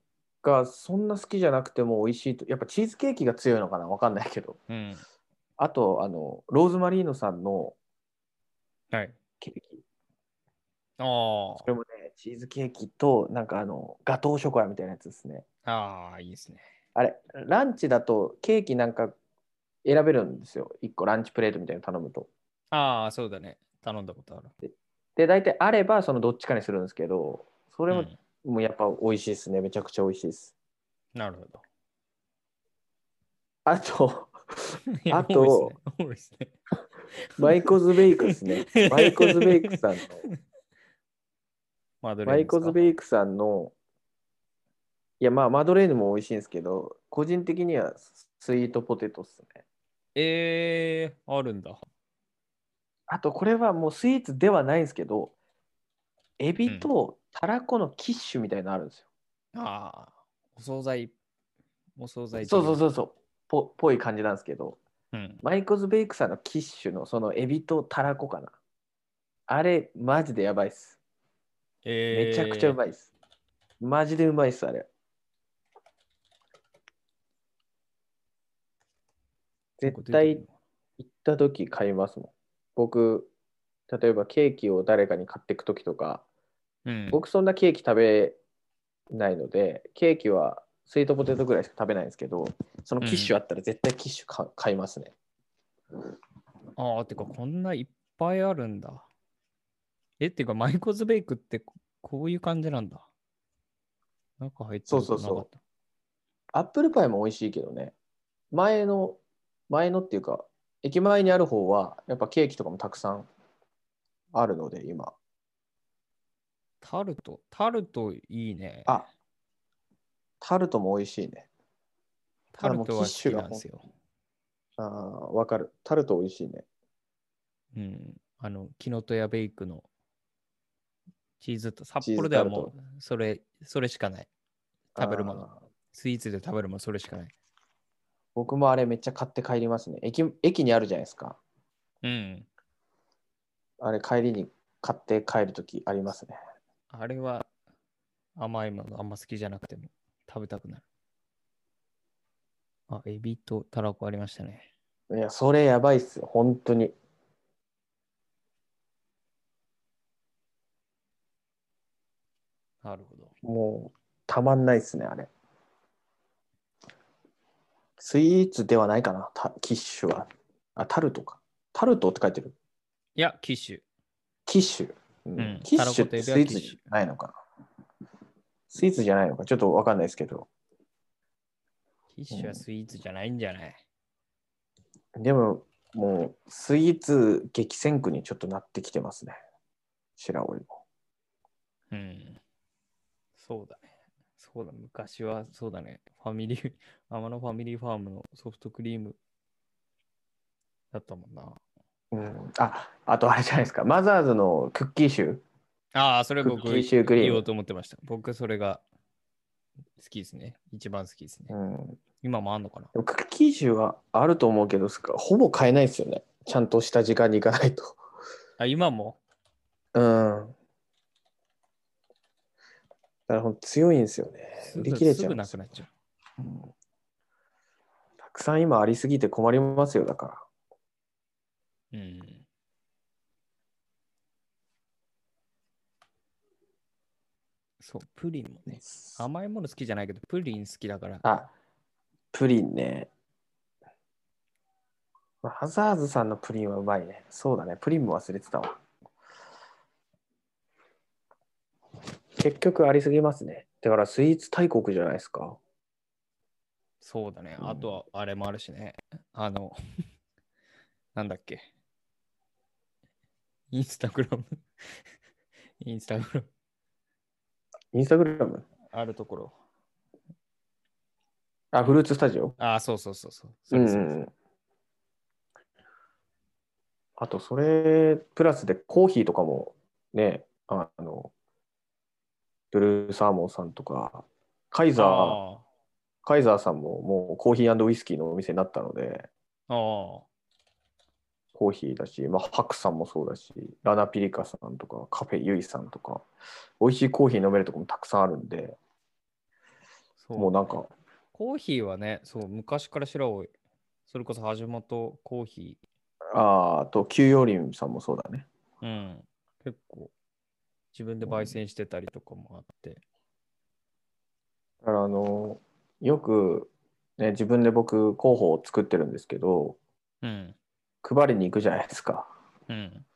S2: がそんな好きじゃなくても美味しいと、やっぱチーズケーキが強いのかな、わかんないけど。
S1: うん。
S2: あと、あの、ローズマリーノさんの
S1: はい。
S2: ケーキ。
S1: あ
S2: それもね、チーズケーキと、なんかあの、ガトーショコラみたいなやつですね。
S1: あ。ああ、いいですね。
S2: あれ、ランチだとケーキなんか選べるんですよ。1個ランチプレートみたいなの頼むと。
S1: ああ、そうだね。頼んだことある。
S2: で、大体あれば、そのどっちかにするんですけど、それも、
S1: うん
S2: もうやっぱ美味しいですね。めちゃくちゃ美味しいです。
S1: なるほど。
S2: あと、
S1: いや
S2: あと、
S1: 多いですね。。
S2: マイコズベイクですねマイコズベイクさんの、
S1: マドレー
S2: マイコズ
S1: イ
S2: ベイクさんの、いや、まあ、マドレーヌも美味しいんですけど、個人的にはスイートポテトっすね。
S1: ええあるんだ。
S2: あとこれはもうスイーツではないんですけど、エビとたらこのキッシュみたいなのあるんですよ。
S1: ああ、お惣菜、お惣菜。
S2: そうそうそうそう。ぽぽい感じなんですけど、
S1: う。うん。
S2: マイコズ・ベイクさんのキッシュのそのエビとたらこかな。あれ、マジでやばいっす。
S1: え
S2: めちゃくちゃうまいっす。マジでうまいっす、あれ。絶対行った時買いますもん。僕、例えばケーキを誰かに買っていく時とか、
S1: うん。
S2: 僕そんなケーキ食べないので、ケーキはスイートポテトぐらいしか食べないんですけど、そのキッシュあったら絶対キッシュ買買いますね。
S1: ああ、てか、こんないっぱいあるんだ。え、ってか、マイコズベイクってここういう感じなんだ。中入ってること
S2: そうそうそう
S1: なかった
S2: アップルパイも美味しいけどね、前の、前のっていうか、駅前にある方は、やっぱケーキとかもたくさんあるので、今。
S1: タルト、タルトいいね。
S2: あタルトも美味しいね。
S1: タルトは
S2: あのキッ
S1: 好
S2: シュ
S1: き
S2: が
S1: なんですよ。
S2: ああ、わかる。タルト美味しいね。
S1: うん。あの、キノトヤベイクのチーズと、札
S2: チーズ
S1: 幌では
S2: タルト
S1: もう、それ、それしかない。食べるもの。
S2: ああ
S1: スイーツで食べるもの、それしかない。
S2: 僕もあれめっちゃ買って帰りますね。駅駅にあるじゃないですか。
S1: うん。
S2: あれ帰りに買って帰るときありますね。
S1: あれは、甘いものあんま好きじゃなくても、食べたくなる。あ、エビとタラコありましたね。
S2: いや、それやばいっすよ。本当に。
S1: なるほど。
S2: もう、たまんないっすね、あれ。スイーツではないかな、たキッシュは。あ、タルトか。タルトって書いてる。
S1: いや、キッシュ。
S2: キッシュ。うん
S1: うん
S2: キッシュって
S1: タ
S2: ス
S1: ラ
S2: イ
S1: コと
S2: ー
S1: エビはキッシュ
S2: ツじゃないのかな。スイーツじゃないのか、ちょっとわかんないですけど。
S1: キッシュはスイーツじゃないんじゃない、
S2: でも、もう、スイーツ激戦区にちょっとなってきてますね。白老も。
S1: うん、そうだね。そうだ、昔はそうだね。ファミリー、 天野ファミリーファームのソフトクリームだったもんな。
S2: うん、あ、あとあれじゃないですか。マザーズのクッキーシュー。
S1: ああ、それ
S2: ク
S1: 僕
S2: ッキーシュークリーム
S1: 言おうと思ってました。僕それが好きですね。一番好きですね。
S2: うん、
S1: 今もあんのかな
S2: でもクッキー種はあると思うけど、すかほぼ買えないですよね。ちゃんとした時間に行かないと。
S1: あ、今も
S2: うん。だからほんと強いんですよね。
S1: す
S2: 売
S1: ぐ
S2: り切れち
S1: す
S2: ゃう
S1: ぐ
S2: んで
S1: な
S2: す
S1: くな
S2: よ
S1: っちゃう。
S2: たくさん今ありすぎて困りますよ、だから。
S1: うん。そう、プリンもね。甘いもの好きじゃないけど、プリン好きだから。
S2: あ、プリンね。ハザーズさんのプリンはうまいね。そうだね。プリンも忘れてたわ。結局ありすぎますね。だからスイーツ大国じゃないですか。
S1: そうだね。
S2: うん
S1: あとは、あれもあるしね。あの、 なんだっけ。インスタグラム。 インスタグラム。
S2: インスタグラム
S1: あるところ。
S2: あ、フルーツスタジオ
S1: ああ、そうそうそうそう。そうれ
S2: ん
S1: そうれ
S2: んうん。あと、それ、プラスでコーヒーとかもね、あの、ブルーサーモンさんとか、カイザー、
S1: あ
S2: カイザーさんももうコーヒーウイスキーのお店になったので、
S1: あ。ああ。
S2: コーヒーだし、まあ、ハクさんもそうだし、ラナピリカさんとか、カフェユイさんとか、美味しいコーヒー飲めるとこもたくさんあるんで、
S1: そう
S2: もうなんか、
S1: コーヒーはね、そう、昔から白老。それこそ、橋本コーヒ
S2: あーあと、給養林さんもそうだね。
S1: ー。うん。結構、自分で焙煎してたりとかもあって。
S2: だからあのよく、ね、自分で僕広報を作ってるんですけど
S1: うん。
S2: 配りに行くじゃないですか、
S1: うん。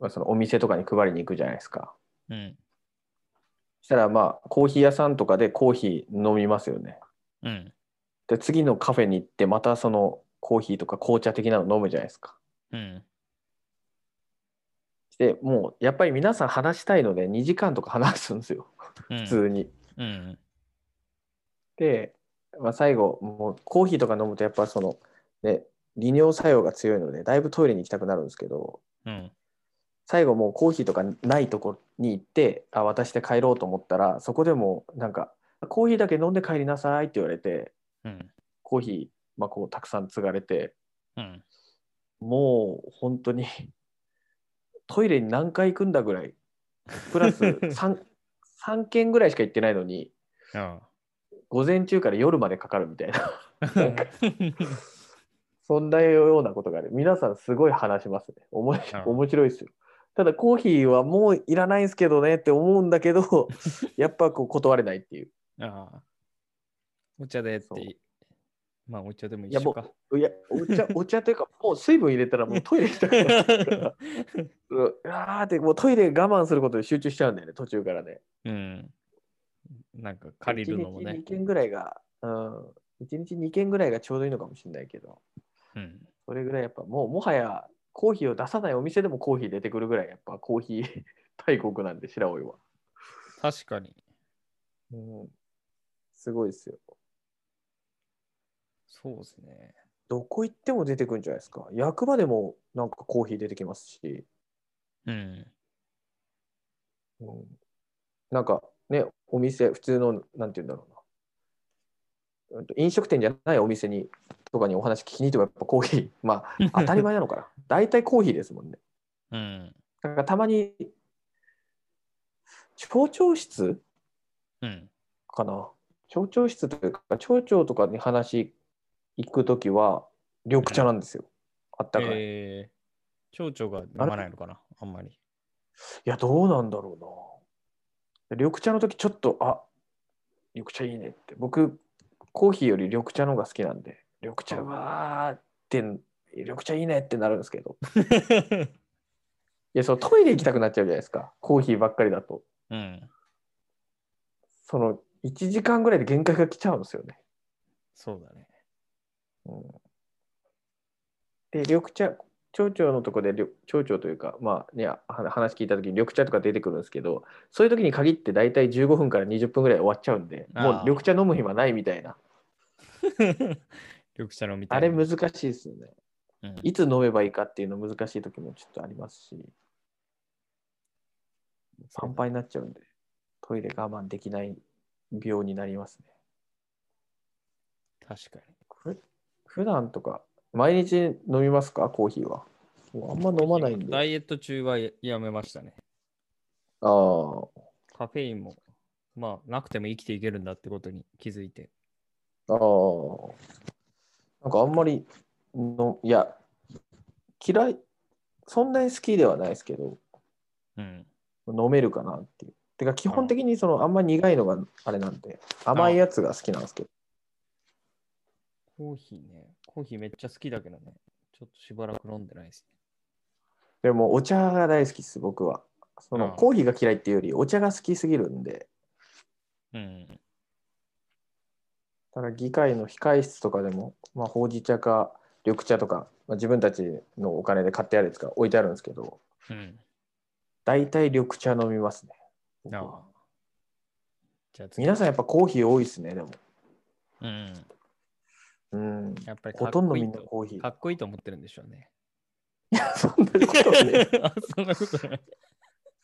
S2: まあ、そのお店とかに配りに行くじゃないですか
S1: うん。
S2: そしたらまあコーヒー屋さんとかでコーヒー飲みますよね
S1: うん。
S2: で次のカフェに行ってまたそのコーヒーとか紅茶的なの飲むじゃないですか
S1: うん。
S2: でもうやっぱり皆さん話したいので2時間とか話すんですよ
S1: うん
S2: 普。通に、
S1: うん。
S2: で、まあ、最後もうコーヒーとか飲むとやっぱそのね利尿作用が強いのでだいぶトイレに行きたくなるんですけど
S1: うん。
S2: 最後もうコーヒーとかないとこに行ってあ渡して帰ろうと思ったらそこでもうなんか「コーヒーだけ飲んで帰りなさい」って言われて
S1: うん。
S2: コーヒー、まあ、こうたくさん継がれて
S1: うん。
S2: もう本当にトイレに何回行くんだぐらい、プラス 3, 3件ぐらいしか行ってないのに、
S1: あ
S2: 午前中から夜までかかるみたいな、
S1: あ
S2: なんかそんなようなことがある。皆さんすごい話しますね。おもし
S1: うん
S2: 面白いですよ。ただコーヒーはもういらないんすけどねって思うんだけど、やっぱこう断れないっていう。
S1: ああ。お茶でっ
S2: そう
S1: て。まあ、お茶でも
S2: い
S1: 一
S2: やも
S1: 緒か。
S2: ういやお茶お茶というかもう水分入れたらもうトイレ行きたくなっちゃう から。うわーってもうトイレ我慢することに集中しちゃうんだよね途中からね。
S1: うん。なんか借りるのも
S2: 1
S1: ね
S2: 日2。件ぐらいが、うん、1日2件ぐらいがちょうどいいのかもしれないけど、
S1: うん。
S2: それぐらいやっぱもうもはやコーヒーを出さないお店でもコーヒー出てくるぐらいやっぱコーヒー 大国なんで白老は。
S1: 確かに。
S2: うん、すごいですよ。
S1: そうですね。
S2: どこ行っても出てくるんじゃないですか。役場でもなんかコーヒー出てきますし、
S1: うん。
S2: うん、なんかね、お店、普通の、なんて言うんだろうなうんと。飲食店じゃないお店にとかにお話聞きに行ってもやっぱコーヒー、まあ当たり前なのかな。大体コーヒーですもんね。
S1: うん。
S2: だからたまに、町長室
S1: うん。
S2: かな。町長室というか、町長とかに話行くときは、緑茶なんですよ。あったかい。い
S1: えー、蝶々が飲まないのかなあんま り。
S2: や、どうなんだろうな。緑茶のときちょっと、あ緑茶いいねって。僕、コーヒーより緑茶の方が好きなんで、緑茶はって、緑茶いいねってなるんですけど。いや、そのトイレ行きたくなっちゃうじゃないですか。コーヒーばっかりだと。
S1: うん。
S2: その1時間ぐらいで限界が来ちゃうんですよね。
S1: そうだ ね。
S2: で、緑茶、町長のとこで、緑町長というか、まあ、ね、は話聞いたときに緑茶とか出てくるんですけど、そういう時に限って大体15分から20分ぐらい終わっちゃうんで、もう
S1: あー
S2: 緑茶飲む暇ないみたいな。
S1: 緑茶飲みたい。
S2: あれ難しいですよね。
S1: うん
S2: いつ飲めばいいかっていうの難しい時もちょっとありますし、パンパンになっちゃうんで、トイレ我慢できない病になりますね。
S1: 確かに。
S2: ふ普段とか、毎日飲みますかコーヒーは。もうあんま飲まないんで。
S1: ダ
S2: あ
S1: イエット中はややめましたね。
S2: あー、
S1: カフェインも、まあ、なくても生きていけるんだってことに気づいて。
S2: ああ。なんかあんまりの、いや、嫌い、そんなに好きではないですけど、
S1: うん。
S2: 飲めるかなっていう。てか、基本的にその、あんま苦いのがあれなんで、甘いやつが好きなんですけど。
S1: コーヒーね。コーヒーめっちゃ好きだけどね。ちょっとしばらく飲んでないです
S2: でも、お茶が大好きです、僕は。その、
S1: うん
S2: コーヒーが嫌いっていうより、お茶が好きすぎるんで、
S1: ね。
S2: だから議会の控え室とかでも、まあ、ほうじ茶か緑茶とか、まあ、自分たちのお金で買ってあるやつが置いてあるんですけど、
S1: うん。うん。
S2: 大体緑茶飲みますね。僕
S1: あ
S2: は
S1: あ。じゃあ次。
S2: 皆さんやっぱコーヒー多いですね、でも。
S1: うん。
S2: うん。
S1: やっぱりか
S2: ほ
S1: っこと
S2: んど
S1: い
S2: み
S1: い
S2: んな
S1: と
S2: コーヒー。
S1: かっこいいと思ってるんでしょうね。
S2: そんなことはね、
S1: あそんなことない。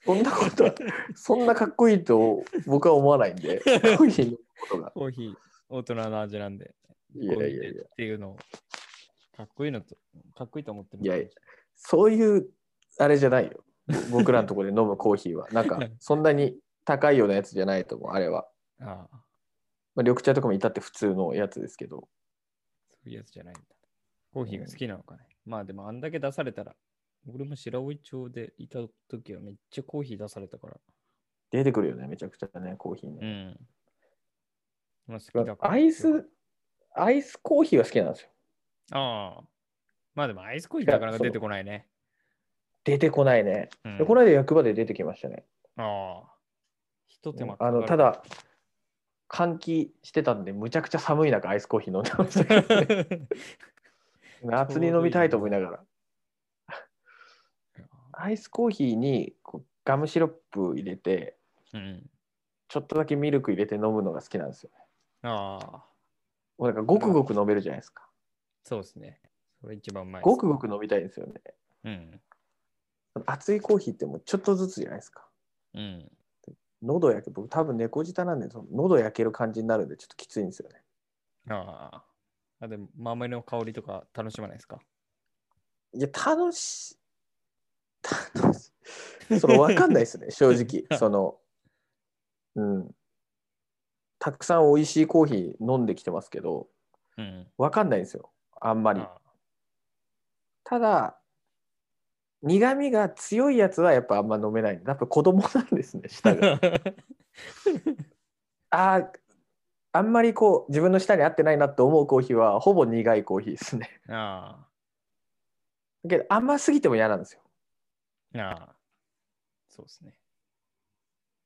S2: そんなことは、そんなかっこいいと僕は思わないんで、コーヒーのこと が。
S1: コーヒー、大人の味なんで。
S2: いやいやいや
S1: コーヒーでっていうのを、かっこいいのと、かっこいいと思ってる。
S2: いやいやそういうあれじゃないよ。僕らのところで飲むコーヒ ーは。なんか、そんなに高いようなやつじゃないと思う、あれは。
S1: ああ、
S2: まあ、緑茶とかも至って普通のやつですけど。
S1: そういうやつじゃないんだ。コーヒーが好きなのかね。まあでも、あんだけ出されたら、俺も白老町でいた時はめっちゃコーヒー出されたから。
S2: 出てくるよね、めちゃくちゃね、コーヒー
S1: う
S2: ね。
S1: ん。まあ、好きだから。
S2: アイス、アイスコーヒーは好きなんですよ。
S1: ああ。まあでも、アイスコーヒーなかなか出てこないね。
S2: 出てこないね。
S1: うん
S2: でこの間役場で出てきましたね。
S1: ああ。ひと手間
S2: あのた
S1: だ。
S2: だ、換気してたんで、むちゃくちゃ寒い中、アイスコーヒー飲んでましたけ どね、夏に飲みたいと思いながら。アイスコーヒーにこうガムシロップ入れて、
S1: うん。
S2: ちょっとだけミルク入れて飲むのが好きなんですよね。
S1: ああ。
S2: もうなんかごくごく飲めるじゃないですか。
S1: そうですね。それ一番前。
S2: ごくごく飲みたいんですよね。
S1: うん。
S2: 熱いコーヒーってもうちょっとずつじゃないですか。
S1: うん。
S2: 喉焼け、僕多分猫舌なんで、その喉焼ける感じになるんで、ちょっときついんですよね。
S1: ああ。あでも、豆の香りとか楽しまないですか
S2: いや、楽し、 楽しいその分かんないですね、正直。その、うん。たくさん美味しいコーヒー飲んできてますけど、
S1: うん。
S2: 分かんないんですよ、あんまり。ただ、苦味が強いやつはやっぱあんま飲めない。やっぱ子供なんですね、舌が。あーあんまりこう、自分の舌に合ってないなと思うコーヒーは、ほぼ苦いコーヒーですね。
S1: あ
S2: だけど、甘すぎても嫌なんですよ。
S1: あ。ああ。そうですね。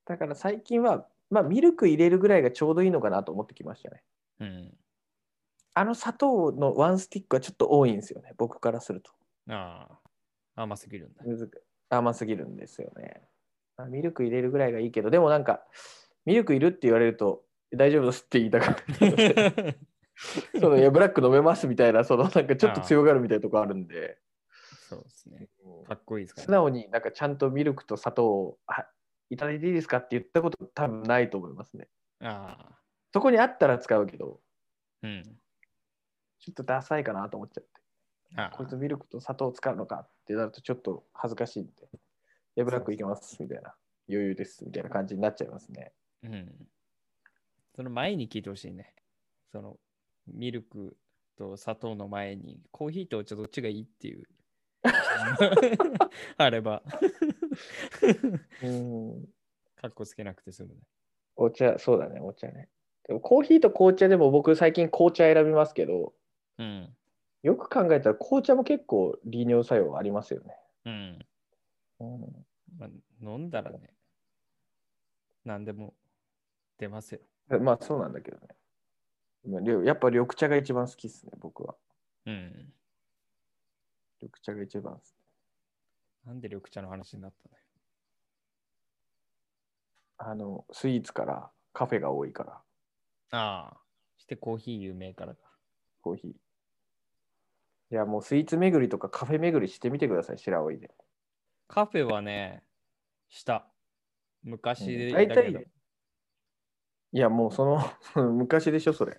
S2: だから最近は、まあ、ミルク入れるぐらいがちょうどいいのかなと思ってきましたね。
S1: うん。
S2: あの砂糖のワンスティックはちょっと多いんですよね、僕からすると。
S1: ああ。甘すぎるんだ。
S2: むず甘すぎるんですよね。あミルク入れるぐらいがいいけど、でもなんか、ミルクいるって言われると、大丈夫ですって言いた かった。そのいやブラック飲めますみたいな、そのなんかちょっと強がるみたいなとこあるんで、
S1: そうですね。
S2: うん
S1: かっこいいですか
S2: 素
S1: らね。
S2: 直になんかちゃんとミルクと砂糖をはいただいていいですかって言ったこと多分ないと思いますね。
S1: ああ。
S2: そこにあったら使うけど、
S1: うん。
S2: ちょっとダサいかなと思っちゃって。
S1: ああ
S2: こいつミルクと砂糖を使うのかってなるとちょっと恥ずかしいんで、エブラックいけますみたいな、余裕ですみたいな感じになっちゃいますね。
S1: うん。その前に聞いてほしいね。そのミルクと砂糖の前にコーヒーとお茶どっちがいいって いう。あれば。
S2: うん。
S1: かっこつけなくて済むね。
S2: お茶、そうだね、お茶ね。でもコーヒーと紅茶でも僕最近紅茶選びますけど、
S1: うん。
S2: よく考えたら紅茶も結構利尿作用ありますよね。
S1: うん。
S2: うん、
S1: まあ、飲んだらね、何でも出ますよ。
S2: まあそうなんだけどねまありょ。やっぱ緑茶が一番好きっすね、僕は。
S1: うん。
S2: 緑茶が一番好き。
S1: なんで緑茶の話になったのよ。
S2: あの、スイーツからカフェが多いから、
S1: ああ。してコーヒー有名からか。
S2: コーヒー。いや、もうスイーツ巡りとかカフェ巡りしてみてください、白老で。
S1: カフェはね、した。昔だ
S2: 大
S1: け
S2: 体
S1: ど、
S2: いや、もうその 昔でしょ、それ。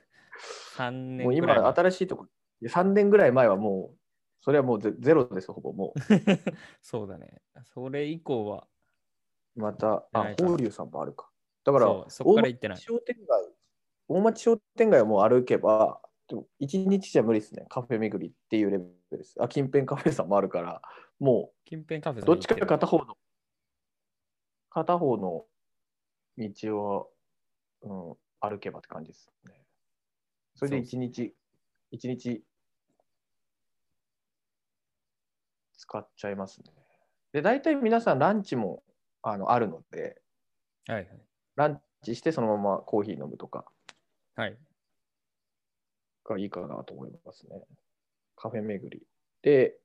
S1: 3年
S2: もう
S1: ぐ
S2: 今、
S1: らい前
S2: 新しいとこ、いや3年ぐらい前はもう、それはもうゼゼロです、ほぼ。も
S1: そうだね。それ以降は、
S2: う、また、
S1: な
S2: あ
S1: い、か
S2: 法隆さんもあるか。だから、
S1: そうそこから行ってない
S2: 大町商店街、大町商店街をもう歩けば、でも一日じゃ無理ですね、カフェ巡りっていうレベルです。あ、近辺カフェさんもあるから、も
S1: 近辺カフェ
S2: う、
S1: さん
S2: どっちか
S1: 行てる
S2: 片方の、片方の道を、うん、歩けばって感じですね。それで一日、一日、使っちゃいますね。で、大体皆さんランチもあのあるので、
S1: はいはい。
S2: ランチしてそのままコーヒー飲むとか
S1: はい。
S2: がいいかなと思いますね。カフェ巡り。で、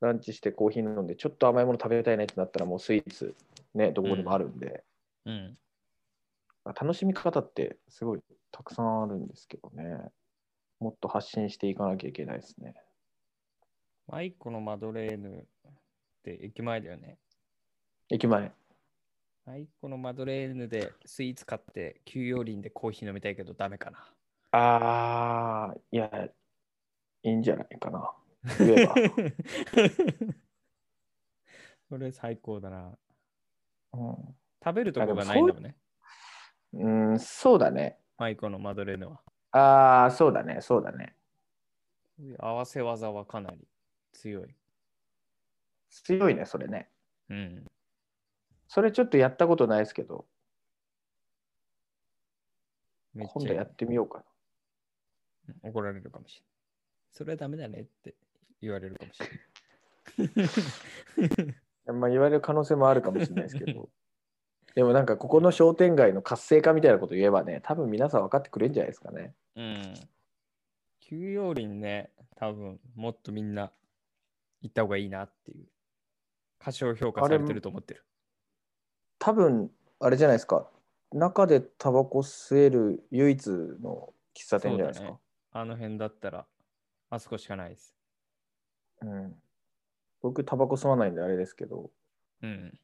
S2: ランチしてコーヒー飲んで、ちょっと甘いもの食べたいねってなったら、もうスイーツ、ね、どこにもあるんで、
S1: うん。
S2: 楽しみ方ってすごいたくさんあるんですけどね。もっと発信していかなきゃいけないですね。
S1: マイコのマドレーヌって駅前だよね。
S2: 駅前。
S1: マイコのマドレーヌでスイーツ買って、休養林でコーヒー飲みたいけどダメかな。
S2: あー、いや、いいんじゃないか な。言えば。
S1: それ最高だな。
S2: うん
S1: 食べるとこがないんだもんね。
S2: うん、そうだね。
S1: マイコのマドレーヌは。
S2: あー、そうだね、そうだね。
S1: 合わせ技はかなり強い。
S2: 強いね、それね。
S1: うん。
S2: それちょっとやったことないですけど、
S1: めっ
S2: 今
S1: ち
S2: 度
S1: ゃいい
S2: やってみようか
S1: う
S2: な。
S1: ん怒られるかもしれない。それはダメだねって言われるかもしれない。
S2: まあ、言われる可能性もあるかもしれないですけど。でもなんか、ここの商店街の活性化みたいなこと言えばね、多分皆さん分かってくれるんじゃないですかね。
S1: うん。休養林ね、多分もっとみんな行った方がいいなっていう。過小評価されてると思ってる。
S2: 多分、あれじゃないですか。中でタバコ吸える唯一の喫茶店じゃないですか。
S1: あの辺だったら、あそこしかないです。
S2: うん、僕、タバコ吸わないんであれですけど、
S1: うん。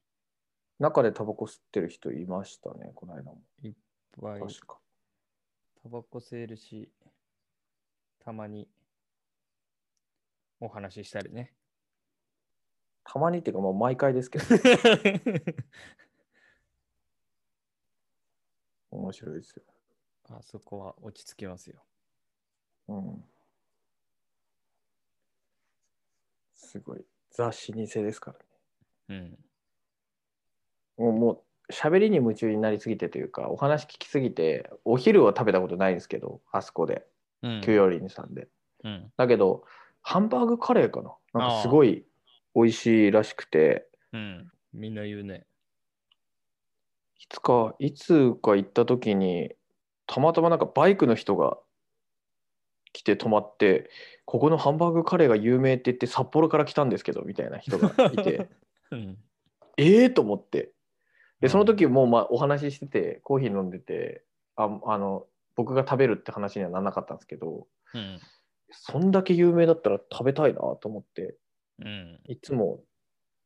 S2: 中でタバコ吸ってる人いましたね、この間も。
S1: はい。
S2: 確か。
S1: タバコ吸えるし、 たまにお話ししたりね。
S2: たまにっていうか、もう毎回ですけど、 面白いですよ。
S1: あそこは落ち着きますよ。
S2: うん。すごい。ザ・老舗ですからね。
S1: うん。
S2: もう、もう、喋りに夢中になりすぎてというか、お話聞きすぎて、お昼は食べたことないんですけど、あそこで、
S1: うん
S2: 給与林さんで。
S1: うん。
S2: だけど、ハンバーグカレーかな。なんかすごい美味しいらしくて、
S1: うん。みんな言うね。
S2: いつか、いつか行った時に、たまたまなんかバイクの人が来て泊まって、ここのハンバーグカレーが有名って言って札幌から来たんですけど、みたいな人がいて、
S1: うん。
S2: ええと思って。で、その時もうまあお話ししてて、コーヒー飲んでて、ああの、僕が食べるって話にはならなかったんですけど、
S1: うん。
S2: そんだけ有名だったら食べたいなと思って、
S1: うん。
S2: いつも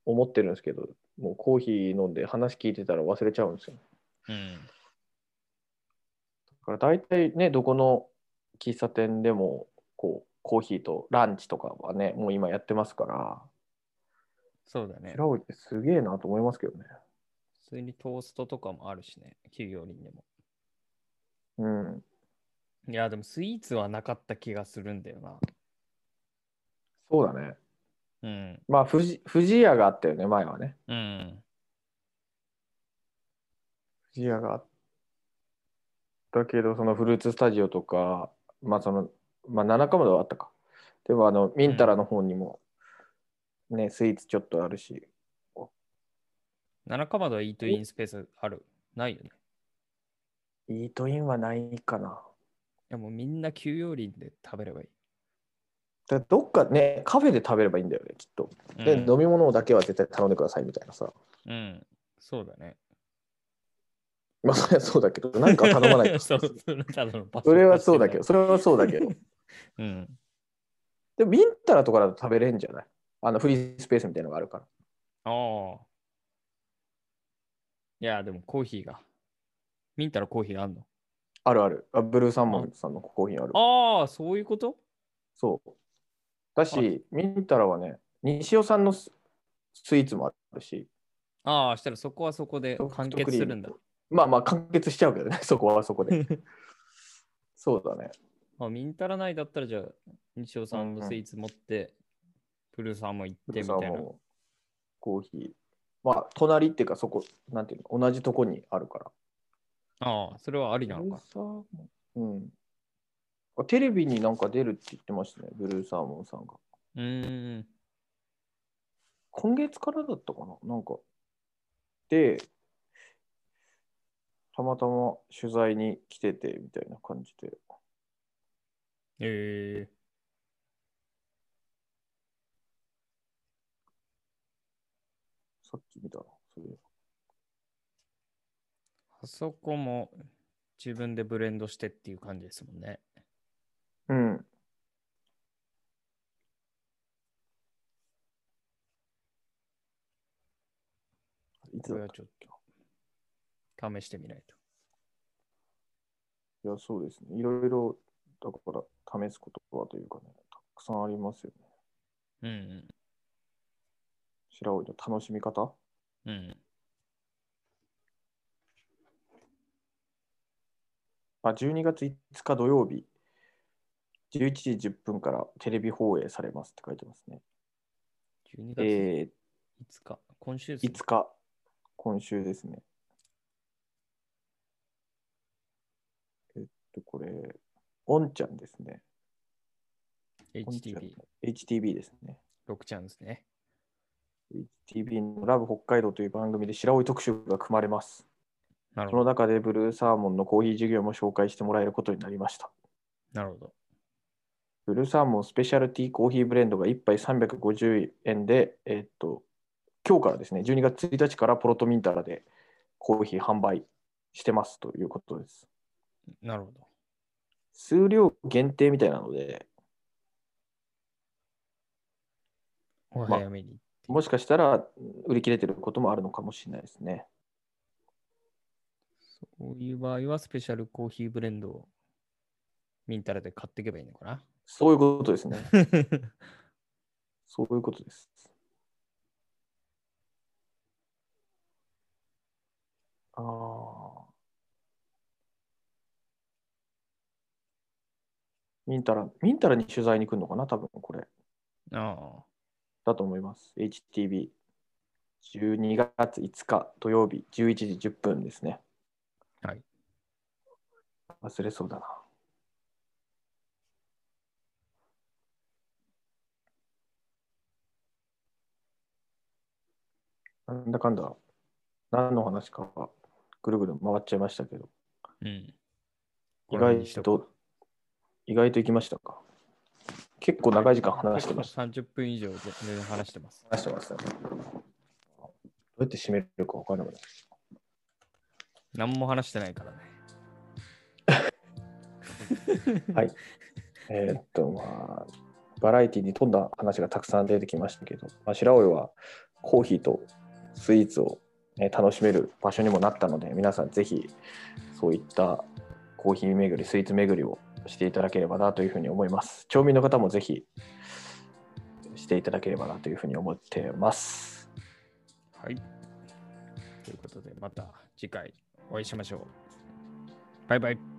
S2: 思ってるんですけど、もうコーヒー飲んで話聞いてたら忘れちゃうんですよ。
S1: うん。
S2: だから大体ね、どこの喫茶店でも、こう、コーヒーとランチとかはね、もう今やってますから、
S1: そうだね。
S2: 白老ってすげえなと思いますけどね。
S1: 普通にトーストとかもあるしね。企業林でも。
S2: うん。
S1: いや、でもスイーツはなかった気がするんだよな。
S2: そうだね。
S1: うん。
S2: まあ、富士富士屋があったよね、前はね。
S1: うん。
S2: 富士屋があったけど、そのフルーツスタジオとか、まあ、その、まあ、七日まではあったか。でも、あの、ミンタラの方にも、ね、スイーツちょっとあるし、
S1: 七日まではイートインスペースある。ないよね。
S2: イートインはないかな。
S1: いや、もうみんな休養林で食べればいい。
S2: だどっかね、カフェで食べればいいんだよね、きっと。で、
S1: うん
S2: 飲み物だけは絶対頼んでくださいみたいなさ。
S1: うん。そうだね。
S2: まあ、それはそうだけど、なんか頼まないと。
S1: そ
S2: そう
S1: それただのパス
S2: れはそうだけど、。それはそうだけど。
S1: うん。
S2: でも、ミンタラとかだと食べれんじゃないあの、フリースペースみたいなのがあるから。
S1: ああ。いや、でもコーヒーが。ミンタラコーヒーあんの
S2: あるある。あブルーサーモンさんのコーヒーある。
S1: ああ、そういうこと
S2: そう。だし、ミンタラはね、西尾さんのススイーツもあるし、
S1: ああ、したらそこはそこで
S2: ソフ
S1: 完
S2: トク
S1: 結
S2: リーム
S1: するんだ。
S2: まあまあ、完結しちゃうけどね、そこはそこ で。そうだね。
S1: あ、ミンタラ内だったらじゃあ、西尾さん
S2: うんう
S1: の
S2: ん
S1: スイーツ持って、プルーさんも行ってみ
S2: さ
S1: た
S2: ん
S1: いな。
S2: もコーヒー。まあ、隣っていうか、そこ、なんていうの、同じとこにあるから。
S1: ああ、それはありなのか。
S2: サーモンうん。あテレビになんか出るって言ってましたね、ブルーサーモンさんが。
S1: うーん。
S2: 今月からだったかな、なんか。で、たまたま取材に来ててみたいな感じで。
S1: ええ
S2: さっき見たな、そういえば
S1: あそこも自分でブレンドしてっていう感じですもんね。
S2: うん。いつ
S1: これ
S2: だっ
S1: は
S2: た
S1: ちょっと試してみないと。
S2: いや、そうですね。いろいろ、だから、試すことはというかね、たくさんありますよね。
S1: うんうん。
S2: 白老の楽しみ方
S1: うん。
S2: あ、12月5日土曜日、11時10分からテレビ放映されますって書いてますね。
S1: 12月5
S2: え
S1: 日、今週です
S2: ー、
S1: ね
S2: 5日、今週ですね。えっと、これ、オンちゃんですね。オンちゃん
S1: HTB6
S2: HTB ですね。
S1: チャンですね。
S2: HTB のラブ北海道という番組で白老特集が組まれます。
S1: なる
S2: そ
S1: ほ
S2: の
S1: ど。
S2: 中でブルーサーモンのコーヒー事業も紹介してもらえることになりました。
S1: なるほど。
S2: ブルーサーモンスペシャルティーコーヒーブレンドが1杯350円で、えーっと、今日からですね、12月1日からポロトミンタラでコーヒー販売してますということです。
S1: なるほど。
S2: 数量限定みたいなので、
S1: お早めに。
S2: もしかしたら売り切れてることもあるのかもしれないですね。
S1: そういう場合は、スペシャルコーヒーブレンドをミンタラで買っていけばいいのかな。
S2: そういうことですね。そういうことです。ああ。ミンタラ、ミンタラに取材に来るのかな、多分これ。
S1: ああ。
S2: だと思います。HTB。12月5日土曜日11時10分ですね。
S1: はい。
S2: 忘れそうだな。なんだかんだ、何の話かはぐるぐる回っちゃいましたけど、
S1: うん。
S2: 意
S1: これにし
S2: 外、
S1: とこと
S2: 意外といきましたか。結構長い時間話してました。
S1: 30分以上で全然話してます。
S2: 話してましたね。どうやって締めるか分からない。
S1: 何も話してないからね。
S2: えーっとまあバラエティに富んだ話がたくさん出てきましたけど、まあ、白老はコーヒーとスイーツを、ね、楽しめる場所にもなったので皆さんぜひそういったコーヒー巡りスイーツ巡りをしていただければなというふうに思います町民の方もぜひしていただければなというふうに思ってます
S1: はい。ということで、また次回お会いしましょう。バイバイ。